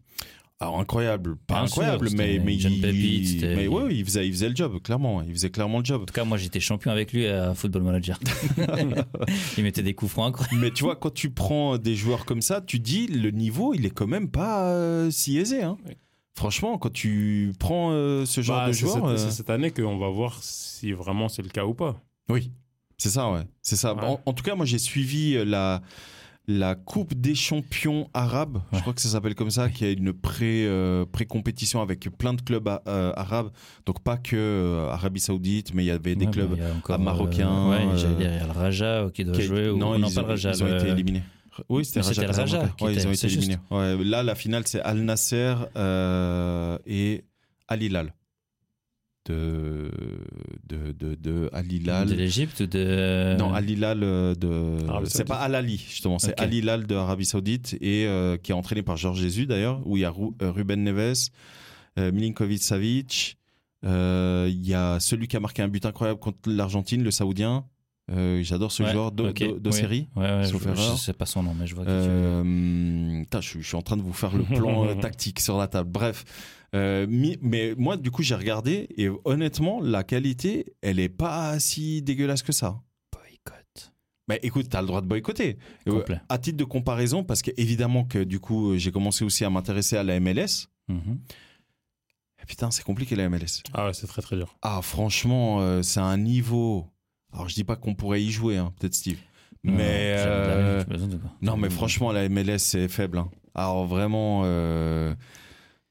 C: Alors, Ah, incroyable, pas
D: Bien sûr,
C: incroyable,
D: c'était
C: mais,
D: une
C: mais,
D: jeune
C: il,
D: pépite, c'était-
C: mais ouais, il faisait, il faisait le job, clairement. Il faisait clairement le job.
D: En tout cas, moi j'étais champion avec lui à Football Manager. il mettait des coups francs incroyables.
C: mais tu vois, quand tu prends des joueurs comme ça, tu dis le niveau, il est quand même pas euh, si aisé. hein.
E: Ouais.
C: Franchement, quand tu prends euh, ce genre
E: bah,
C: de
E: c'est cette,
C: joueur. euh,
E: c'est cette année qu'on va voir si vraiment c'est le cas ou pas.
C: euh, Oui, c'est ça, ouais. C'est ça.
E: Ouais.
C: En, en tout cas, moi, j'ai suivi euh, la, la Coupe des champions arabes, je
D: Ouais.
C: crois que ça s'appelle comme ça, qui est une pré, euh, pré-compétition avec plein de clubs a- euh, arabes. Donc, pas que euh, Arabie Saoudite, mais il y avait des
D: Ouais,
C: clubs.
D: bah, il y a encore,
C: à Marocain,
D: euh, ouais, j'allais
C: euh,
D: dire, il y a le Raja euh, qui doit
C: qui a-
D: jouer. ou-
C: non,
D: non,
C: ils,
D: pas
C: ont,
D: le Raja.
C: ils ont
D: le-
C: été éliminés. euh, Oui, c'était
D: Mais
C: Raja.
D: c'était le
C: Casablanca.
D: Raja qui
C: Ouais,
D: était-
C: ils ont
D: c'est
C: été
D: juste.
C: éliminés. Ouais, là, la finale, c'est Al Nasser euh, et Al Hilal. De, de, de, de Al Hilal.
D: De l'Égypte ou de.
C: Non, Al-Hilal euh, de.
E: Arabie
C: C'est
E: Saoudite.
C: pas Al-Ali, justement, c'est
D: Ok.
C: Al-Hilal de Arabie Saoudite et euh, qui est entraîné par Georges Jésus d'ailleurs, où il y a Ru- euh, Ruben Neves, euh, Milinkovic Savic, euh, il y a celui qui a marqué un but incroyable contre l'Argentine, le Saoudien. Euh, J'adore ce
D: Ouais,
C: joueur d'O-
D: ok,
C: d'O- d'Osseri.
D: Ouais, ouais,
C: sauf
D: je, je
C: erreur.
D: sais pas son nom, mais je vois que tu veux.
C: Euh, putain, je, suis- je suis en train de vous faire le plan euh, tactique sur la table. Bref, Euh, mi- mais moi du coup j'ai regardé et honnêtement la qualité elle est pas si dégueulasse que ça.
D: Boycott.
C: Mais écoute, tu as le droit de boycotter. Euh,
D: Complet.
C: à titre de comparaison, parce que évidemment que du coup, euh, j'ai commencé aussi à m'intéresser à la MLS.
D: Mhm.
C: Et Eh putain, c'est compliqué la MLS.
E: Ah ouais, c'est très très dur.
C: Ah, franchement, euh, c'est un niveau. Alors, je dis pas qu'on pourrait y jouer, hein, peut-être Steve.
D: Non,
C: Mais
D: ça me
C: euh,
D: donne la vie, tu peux- tu peux-
C: non, mais franchement, la MLS c'est faible. hein. Alors vraiment, euh,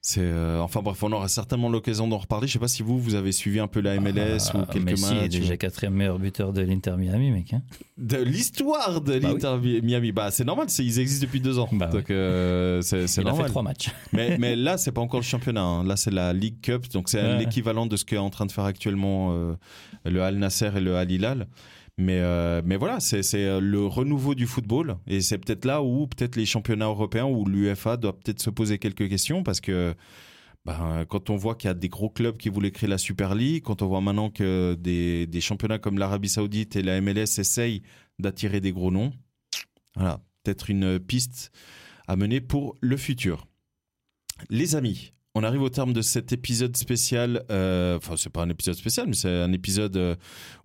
C: c'est euh, enfin bref, on aura certainement l'occasion d'en reparler. Je sais pas si vous vous avez suivi un peu la MLS
D: Ah,
C: ou quelques
D: Messi est
C: matchs.
D: déjà quatrième meilleur buteur de l'Inter Miami, mec. hein.
C: De l'histoire de
D: Bah oui.
C: l'Inter Miami. Bah c'est normal, c'est- ils existent depuis deux ans.
D: Bah
C: Donc euh, c'est c'est
D: Il a
C: normal.
D: fait trois matchs.
C: Mais, mais là, c'est pas encore le championnat. hein. Là, c'est la League Cup. Donc, c'est
D: Ouais.
C: l'équivalent de ce qu'est en train de faire actuellement euh, le Al Nasser et le Al Hilal. Mais, euh, mais voilà, c'est c'est, euh, le renouveau du football. Et c'est peut-être là où peut-être les championnats européens ou l'UFA doit peut-être se poser quelques questions parce que. ben, quand on voit qu'il y a des gros clubs qui voulaient créer la Super League, quand on voit maintenant que des, des championnats comme l'Arabie Saoudite et la MLS essayent d'attirer des gros noms, voilà, peut-être une piste à mener pour le futur. Les amis, on arrive au terme de cet épisode spécial. euh, Enfin, c'est pas un épisode spécial, mais c'est un épisode euh,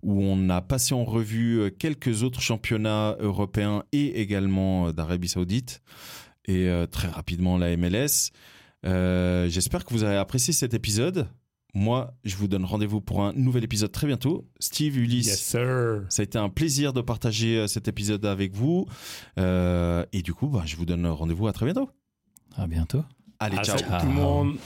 C: où on a passé en revue euh, quelques autres championnats européens et également euh, d'Arabie Saoudite et euh, très rapidement la MLS. Euh, J'espère que vous avez apprécié cet épisode. Moi, je vous donne rendez-vous pour un nouvel épisode très bientôt. Steve, Ulysse,
E: Yes, sir.
C: ça a été un plaisir de partager euh, cet épisode avec vous. Euh, et du coup, bah, je vous donne rendez-vous à très bientôt.
D: À bientôt.
C: Allez,
E: Ah,
C: ciao.
E: salut tout le monde.